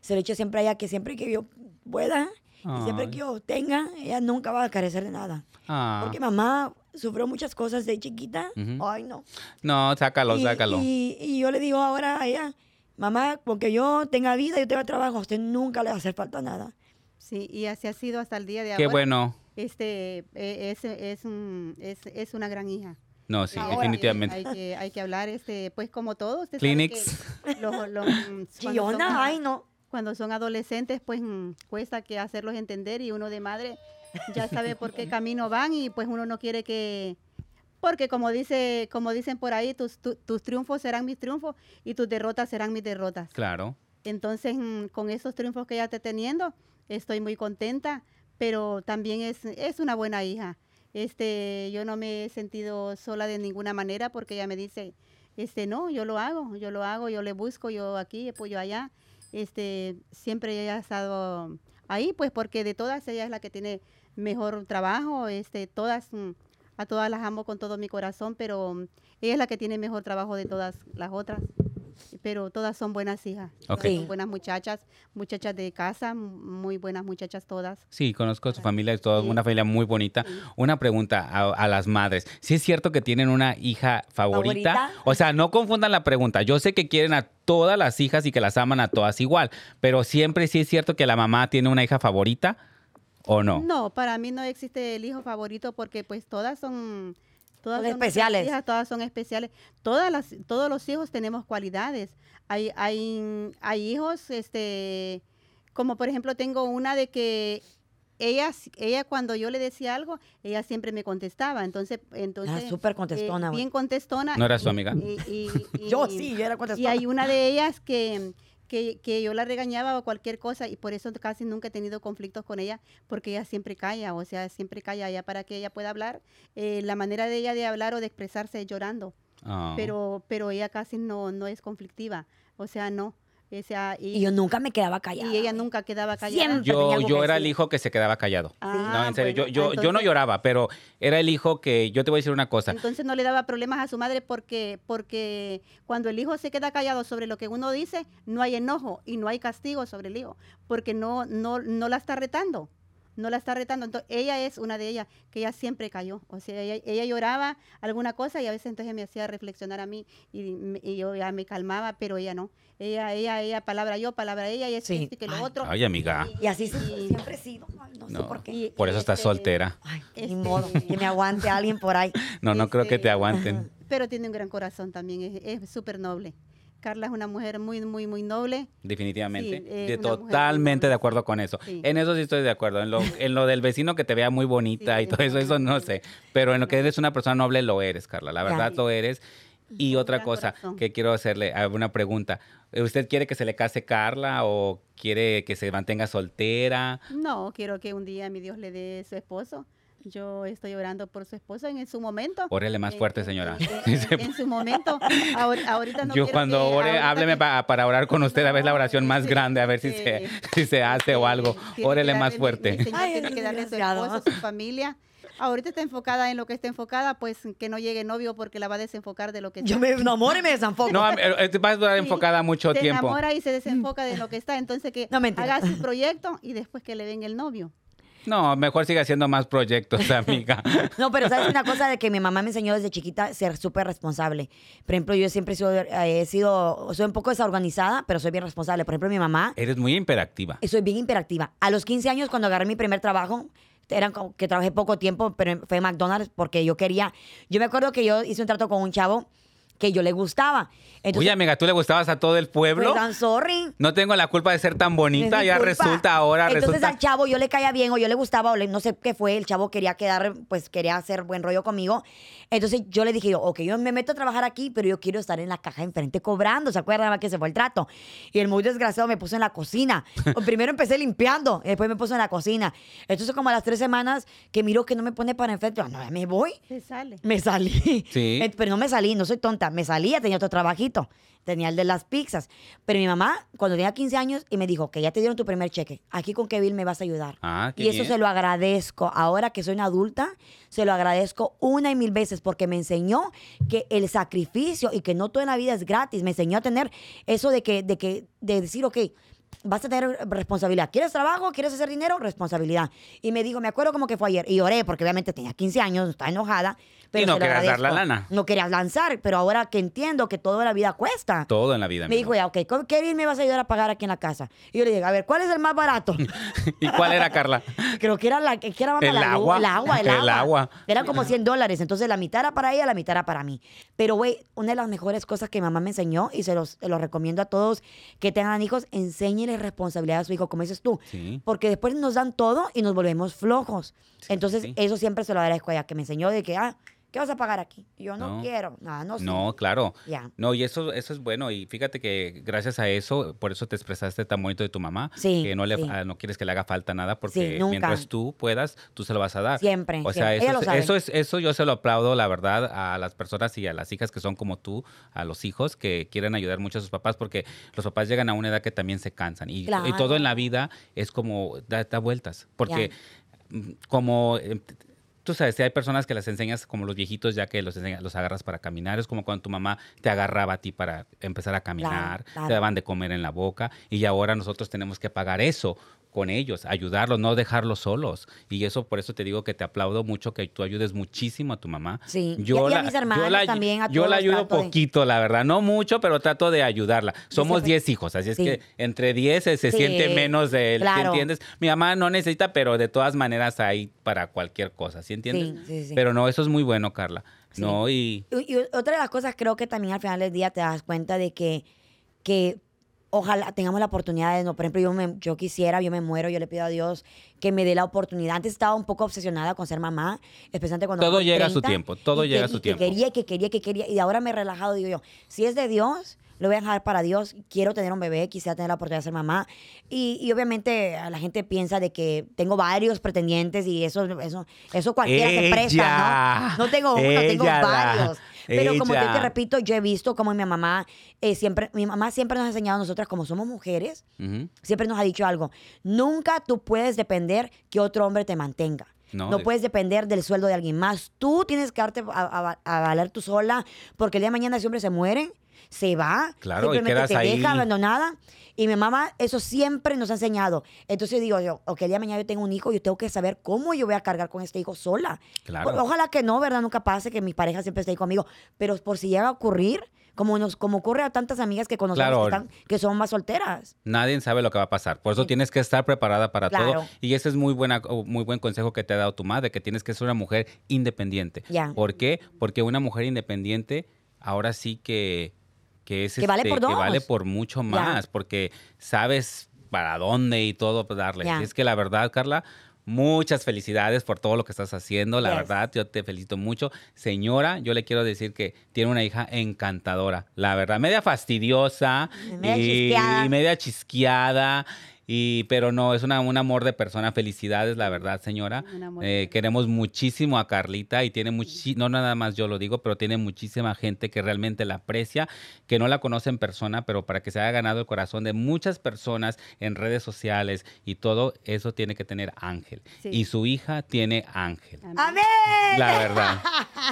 Se lo he hecho siempre a ella que siempre que yo pueda y siempre Ay. que yo tenga, ella nunca va a carecer de nada. Ah, Porque mamá sufrió muchas cosas de chiquita. Ujú. Ay, no. no, sácalo, y, sácalo. Y, y yo le digo ahora a ella, mamá, porque yo tenga vida, yo tenga trabajo, a usted nunca le va a hacer falta nada. Sí, y así ha sido hasta el día de Qué ahora. bueno. Este, eh, es, es, un- es, es una gran hija. No, sí, Ahora, definitivamente. Hay que, hay que hablar, este, pues como todos. usted sabe Kleenex. que [LAUGHS] los- los- cuando son- Chillona, ay, no. cuando son adolescentes, pues mm, cuesta que hacerlos entender y uno de madre ya sabe por qué camino van y pues uno no quiere que porque como dice como dicen por ahí tus, tu- tus triunfos serán mis triunfos y tus derrotas serán mis derrotas. Claro. Entonces, mm, con esos triunfos que ella está teniendo, estoy muy contenta, pero también es, es una buena hija. Este, yo no me he sentido sola de ninguna manera porque ella me dice, este, no, yo lo hago, yo lo hago, yo le busco, yo aquí, pues yo allá. Este, siempre ella ha estado ahí, pues porque de todas ella es la que tiene mejor trabajo, este, todas, mm, a todas las amo con todo mi corazón, pero mm, ella es la que tiene mejor trabajo de todas las otras pero todas son buenas hijas, todas Ok. Sí. son buenas muchachas, muchachas de casa, m- muy buenas muchachas todas. Sí, conozco a su familia, es toda una familia muy bonita. Una pregunta a, a las madres. ¿Sí es cierto que tienen una hija favorita? ¿Favorita? O sea, no confundan la pregunta. Yo sé que quieren a todas las hijas y que las aman a todas igual, pero siempre sí es cierto que la mamá tiene una hija favorita o no. No, para mí no existe el hijo favorito porque pues todas son todas Son son nuestras especiales. hijas, todas son especiales. Todas las todos los hijos tenemos cualidades. Hay hay hay hijos este como por ejemplo tengo una de que ella, s- ella cuando yo le decía algo, ella siempre me contestaba. Entonces, entonces Ah, eh, súper contestona, güey. bien contestona. ¿No era y- su amiga? y- y- [LAUGHS] Yo y- sí, yo era Y contestona. hay [LAUGHS] una de ellas que, que, que yo la regañaba o cualquier cosa y por eso casi nunca he tenido conflictos con ella porque ella siempre calla, o sea, siempre calla ella para que ella pueda hablar. eh, la manera de ella de hablar o de expresarse es llorando, Ah. pero, pero ella casi no, no es conflictiva, o sea, no. O sea, y, Y yo nunca me quedaba callada. y ella güey. nunca quedaba callada. Siempre. tenía yo, algo yo que era el decir. hijo que se quedaba callado. Ah, no, en serio, yo, bueno, yo, yo no entonces- lloraba, pero era el hijo que, yo te voy a decir una cosa, Entonces no le daba problemas a su madre porque, porque cuando el hijo se queda callado sobre lo que uno dice, no hay enojo y no hay castigo sobre el hijo, porque no, no, no la está retando. No la está retando. Entonces, ella es una de ellas que ella siempre cayó. O sea, ella, ella lloraba alguna cosa y a veces entonces me hacía reflexionar a mí y, me- y yo ya me calmaba, pero ella no. Ella, ella, ella, palabra yo, palabra ella, y esto, Sí. esto y que lo Ay, otro. ay, amiga. Y así se- Y- siempre he sido. Ay, No, sé No. por qué. y- por y eso estás este, soltera. Ay, ni Este- modo. Que me aguante alguien por ahí. No, no creo que te este- aguanten. Pero tiene un gran corazón también, es es súper noble. Carla es una mujer muy, muy, muy noble. Definitivamente. Sí, eh, de, una mujer muy totalmente noble. de acuerdo con eso. Sí. En eso sí estoy de acuerdo. [LAUGHS] En lo, en lo del vecino que te vea muy bonita Sí, y todo eso, eso no sé. Pero en lo que eres una persona noble, lo eres, Carla. La Ya. verdad, lo eres. Y Con otra gran cosa corazón. que quiero hacerle ah, una pregunta. Eh, ¿Usted quiere que se le case Carla o quiere que se mantenga soltera? No, quiero que un día mi Dios le dé su esposo. Yo estoy orando por su esposo en, en su momento. Órele más En- fuerte, en- señora. [LAUGHS] En, en- en su momento. Ahor- ahorita no Yo quiero cuando que- ore, ahorita hábleme que- pa- para orar con usted, a ver la No, oración más sí, grande, a ver si, se, porque- si se hace o algo. Sí, tiene Órele que más darle- fuerte. mi señor Ay, tiene el que darle a su desgraciado. esposo, a su familia. Ahorita está enfocada en lo que está enfocada, pues que no llegue novio porque la va a desenfocar de lo [LAUGHS] que Yo está. me enamoro y me desenfoco. No, am- eh, eh, vas a durar Sí, enfocada mucho se tiempo. enamora y se desenfoca de lo que está. Entonces que Mm. No, mentira. haga su proyecto y después que le venga el novio. No, mejor sigue haciendo más proyectos, [LAUGHS] amiga. No, pero sabes una cosa de que mi mamá me enseñó desde chiquita ser súper responsable. Por ejemplo, yo siempre he sido, eh, he sido, soy un poco desorganizada, pero soy bien responsable. Por ejemplo, mi mamá, Eres muy imperactiva. eh, soy bien imperactiva. A los 15 años, cuando agarré mi primer trabajo, eran como que trabajé poco tiempo, pero fue en McDonald's porque yo quería. Yo me acuerdo que yo hice un trato con un chavo que yo le gustaba. Oye, Entonces, amiga, ¿tú le gustabas a todo el pueblo? pues, I'm sorry. No tengo la culpa de ser tan No es bonita, mi ya culpa. resulta ahora, Entonces al resulta... chavo yo le caía bien o yo le gustaba o le- no sé qué fue, el chavo quería quedar, pues quería hacer buen rollo conmigo. Entonces yo le dije, yo, ok, yo me meto a trabajar aquí, pero yo quiero estar en la caja de enfrente cobrando, ¿se acuerdan que se fue el trato? Y el muy desgraciado me puso en la [LAUGHS] cocina. O Primero empecé limpiando, y después me puso en la cocina. Entonces como a las tres semanas que miro que no me pone para enfrente, yo, no, ya me voy. Se sale. Me salí. Sí. Eh, Pero no me salí, no soy tonta. Me salía, tenía otro trabajito. Tenía el de las pizzas. Pero mi mamá, cuando tenía 15 años, y me dijo que ya te dieron tu primer cheque. Aquí con qué bill me vas a ayudar. Ah, qué y eso bien. se lo agradezco. Ahora que soy una adulta, se lo agradezco una y mil veces porque me enseñó que el sacrificio y que no toda la vida es gratis. Me enseñó a tener eso de que, de que, de decir, ok, vas a tener responsabilidad. ¿Quieres trabajo? ¿Quieres hacer dinero? Responsabilidad. Y me dijo, me acuerdo como que fue ayer. Y lloré porque obviamente tenía 15 años, estaba enojada. Pero Y no se lo querías dar la agradezco. lana. No querías lanzar, pero ahora que entiendo que toda la vida cuesta. Todo en la vida, me dijo, amiga. ya, ok, ¿con ¿qué bill me vas a ayudar a pagar aquí en la casa? Y yo le dije, a ver, ¿cuál es el [LAUGHS] más barato? ¿Y cuál era, [LAUGHS] Carla? Creo que era la que era El la luz, agua. el agua, el, [LAUGHS] El agua. agua. Era como 100 dólares. Entonces la mitad era para ella, la mitad era para mí. Pero, güey, una de las mejores cosas que mi mamá me enseñó, y se los, se los recomiendo a todos que tengan hijos, enséñenle responsabilidad a su hijo, como dices tú. Sí. Porque después nos dan todo y nos volvemos flojos. Entonces, sí. eso siempre se lo agradezco a ella, que me enseñó de que, ah, ¿qué vas a pagar aquí? Y yo no, No. quiero. Nada, no, sé. No, claro. Ya. No, y eso, eso es bueno. Y fíjate que gracias a eso, por eso te expresaste tan bonito de tu mamá. Sí, Que no, le, sí. ah, no quieres que le haga falta nada porque Sí, nunca. mientras tú puedas, tú se lo vas a dar. Siempre, O sea, siempre. Ella eso, lo es- sabe. eso, es, eso yo se lo aplaudo, la verdad, a las personas y a las hijas que son como tú, a los hijos que quieren ayudar mucho a sus papás porque los papás llegan a una edad que también se cansan. Y, Claro. y todo en la vida es como da, da vueltas. Porque Ya. mm, como eh, Tú sabes, si hay personas que las enseñas como los viejitos, ya que los, enseña- los agarras para caminar. Es como cuando tu mamá te agarraba a ti para empezar a caminar, claro. te daban de comer en la boca y ahora nosotros tenemos que pagar eso con ellos, ayudarlos, no dejarlos solos. Y eso, por eso te digo que te aplaudo mucho, que tú ayudes muchísimo a tu mamá. Sí. Y a- y a mis hermanas también, a yo la todos ayudo trato de- poquito, la verdad. No mucho, pero trato de ayudarla. Somos siempre- 10 hijos, así es Sí. que entre 10 se, se Sí, siente menos de él, ¿sí claro. entiendes? Mi mamá no necesita, pero de todas maneras hay para cualquier cosa, ¿sí entiendes? Sí, sí, sí. Pero no, eso es muy bueno, Carla. Sí. No, y Y, y otra de las cosas creo que también al final del día te das cuenta de que, que ojalá tengamos la oportunidad de, no, por ejemplo, yo, me- yo quisiera, yo me muero, yo le pido a Dios que me dé la oportunidad. Antes estaba un poco obsesionada con ser mamá, especialmente cuando... Todo tuve llega a su tiempo, todo y llega a que- su y tiempo. Que quería, que quería, que quería, y ahora me he relajado, digo yo, si es de Dios... Lo voy a dejar para Dios. Quiero tener un bebé, quisiera tener la oportunidad de ser mamá. Y, y obviamente a la gente piensa de que tengo varios pretendientes y eso, eso, eso cualquiera se presta, Ella. ¿no? No tengo uno, tengo Ella, la- varios. Pero como yo te ella. repito, yo he visto como mi mamá eh, siempre, mi mamá siempre nos ha enseñado a nosotras como somos mujeres, ujú, siempre nos ha dicho algo. Nunca tú puedes depender que otro hombre te mantenga. No, No, de- puedes depender del sueldo de alguien más. Tú tienes que darte a, a- a valer tú sola, porque el día de mañana ese hombre se muere, se va, Claro, y simplemente quedas te ahí. deja abandonada. Y mi mamá eso siempre nos ha enseñado. Entonces digo yo, ok, el día de mañana yo tengo un hijo, yo tengo que saber cómo yo voy a cargar con este hijo sola. Claro. Pues, ojalá que no, ¿verdad? Nunca pase que mi pareja siempre esté ahí conmigo. Pero por si llega a ocurrir, como nos, como ocurre a tantas amigas que conocemos Claro. que, están- que son más solteras. nadie sabe lo que va a pasar. Por eso tienes que estar preparada para Claro. todo. Y ese es muy, buena, o muy buen consejo que te ha dado tu madre, que tienes que ser una mujer independiente. Ya. ¿Por qué? Porque una mujer independiente ahora sí que que es Que vale este, por que vale dos. por mucho más, porque sabes para dónde y todo pues, darle. Ya. Así es que la verdad, Carla, muchas felicidades por todo lo que estás haciendo. La Yes. verdad, yo te felicito mucho. Señora, yo le quiero decir que tiene una hija encantadora, la verdad, media fastidiosa Media y, chisqueada. y media chisqueada. Y, pero no, es una, un amor de persona. Felicidades, la verdad, señora. Un amor Eh, de queremos muchísimo a Carlita y tiene muchi no nada más yo lo digo, pero tiene muchísima gente que realmente la aprecia, que no la conoce en persona, pero para que se haya ganado el corazón de muchas personas en redes sociales y todo eso tiene que tener Ángel. Sí. Y su hija tiene Ángel. Amén. A ver. La verdad.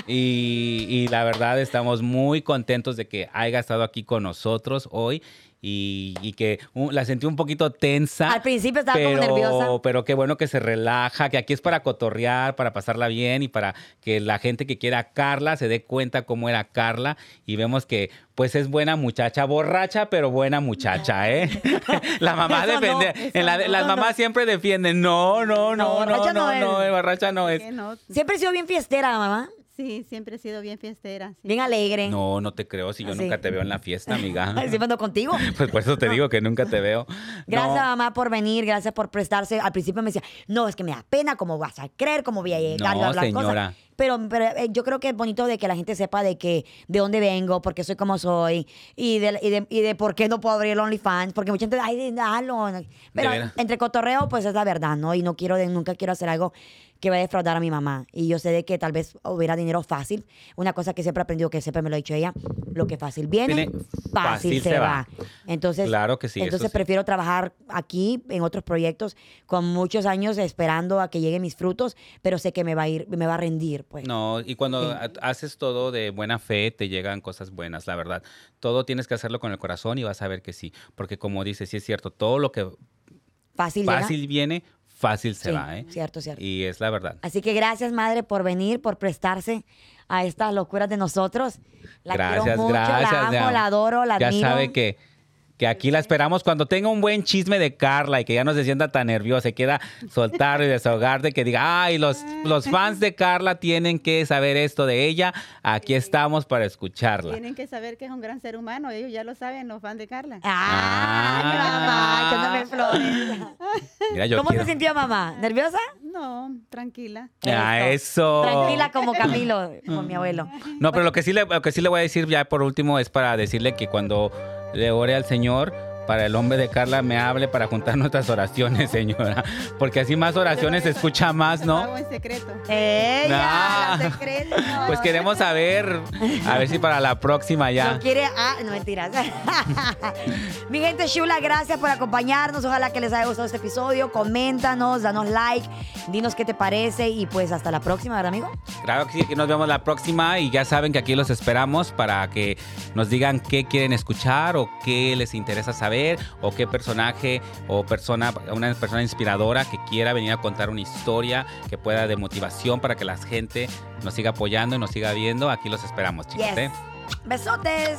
Y, y la verdad estamos muy contentos de que haya estado aquí con nosotros hoy y, y que uh, la sentí un poquito tensa. Al principio estaba pero, como nerviosa. pero qué bueno que se relaja, que aquí es para cotorrear, para pasarla bien y para que la gente que quiera a Carla se dé cuenta cómo era Carla y vemos que pues es buena muchacha, borracha, pero buena muchacha, ¿eh? [LAUGHS] la mamá Eso no, defiende, eso en la- no, las no. mamás siempre defienden, no, no, no, no, No, borracha no, no no, es. borracha no es. Que no, Siempre he sido bien fiestera, mamá. Sí, siempre he sido bien fiestera. sí. Bien alegre. No, no te creo, si yo Ah, sí. nunca te veo en la fiesta, [LAUGHS] amiga. Siempre ando contigo. [LAUGHS] Pues por eso te digo que nunca te veo. Gracias, No. mamá, por venir. Gracias por prestarse. Al principio me decía, no, es que me da pena, ¿cómo vas a creer? ¿Cómo voy a llegar? No, Bla, bla, señora. cosas. Pero, pero, eh, yo creo que es bonito de que la gente sepa de que de dónde vengo, por qué soy como soy y de, y de, y de por qué no puedo abrir el OnlyFans. Porque mucha gente, ay, dalo. Pero De veras. entre cotorreo, pues es la verdad, ¿no? Y no quiero, de- nunca quiero hacer algo que vaya a defraudar a mi mamá. Y yo sé de que tal vez hubiera dinero fácil. Una cosa que siempre he aprendido, que siempre me lo ha dicho ella, lo que fácil viene, Viene, fácil, fácil se, se va. va. Entonces, Claro que sí, eso Entonces sí. prefiero trabajar aquí en otros proyectos con muchos años esperando a que lleguen mis frutos, pero sé que me va a ir, me va a rendir, pues. No, y cuando Sí. ha- haces todo de buena fe, te llegan cosas buenas, la verdad. Todo tienes que hacerlo con el corazón y vas a ver que sí. Porque como dices, sí es cierto, todo lo que Fácil, llega. fácil viene, fácil se Sí, va, ¿eh? Cierto, cierto. Y es la verdad. Así que gracias, madre, por venir, por prestarse a estas locuras de nosotros. La gracias, quiero mucho, gracias. la amo, ya- la adoro, la ya admiro. sabe que, que aquí la esperamos cuando tenga un buen chisme de Carla y que ya no se sienta tan nerviosa, se quiera soltar y desahogar de que diga, ay, los, los fans de Carla tienen que saber esto de ella. Aquí estamos para escucharla. Tienen que saber que es un gran ser humano. Ellos ya lo saben, los fans de Carla. Ah, Ah. mi mamá, echándome flores. Mira, Ah. yo ¿Cómo quiero- se sintió mamá? ¿Nerviosa? No, tranquila. Ah, eso. Tranquila como Camilo, como mi abuelo. No, pero lo que sí le, lo que sí le voy a decir ya por último es para decirle que cuando le ore al Señor para el hombre de Carla me hable para juntar nuestras oraciones, [LAUGHS] señora, porque así más oraciones se escucha más, Lo ¿no? hago en secreto. ¡Ella! Ah. la secreta. Pues queremos saber, a ver si para la próxima No ya. quiere. Ah, no mentiras. [LAUGHS] Mi gente chula, gracias por acompañarnos. Ojalá que les haya gustado este episodio. Coméntanos, danos like, dinos qué te parece y pues hasta la próxima, ¿verdad, amigo? Claro que sí, que nos vemos la próxima y ya saben que aquí los esperamos para que nos digan qué quieren escuchar o qué les interesa saber o qué personaje o persona, una persona inspiradora que quiera venir a contar una historia que pueda de motivación para que la gente nos siga apoyando y nos siga viendo. Aquí los esperamos, chicos. Yes. ¿eh? Besotes.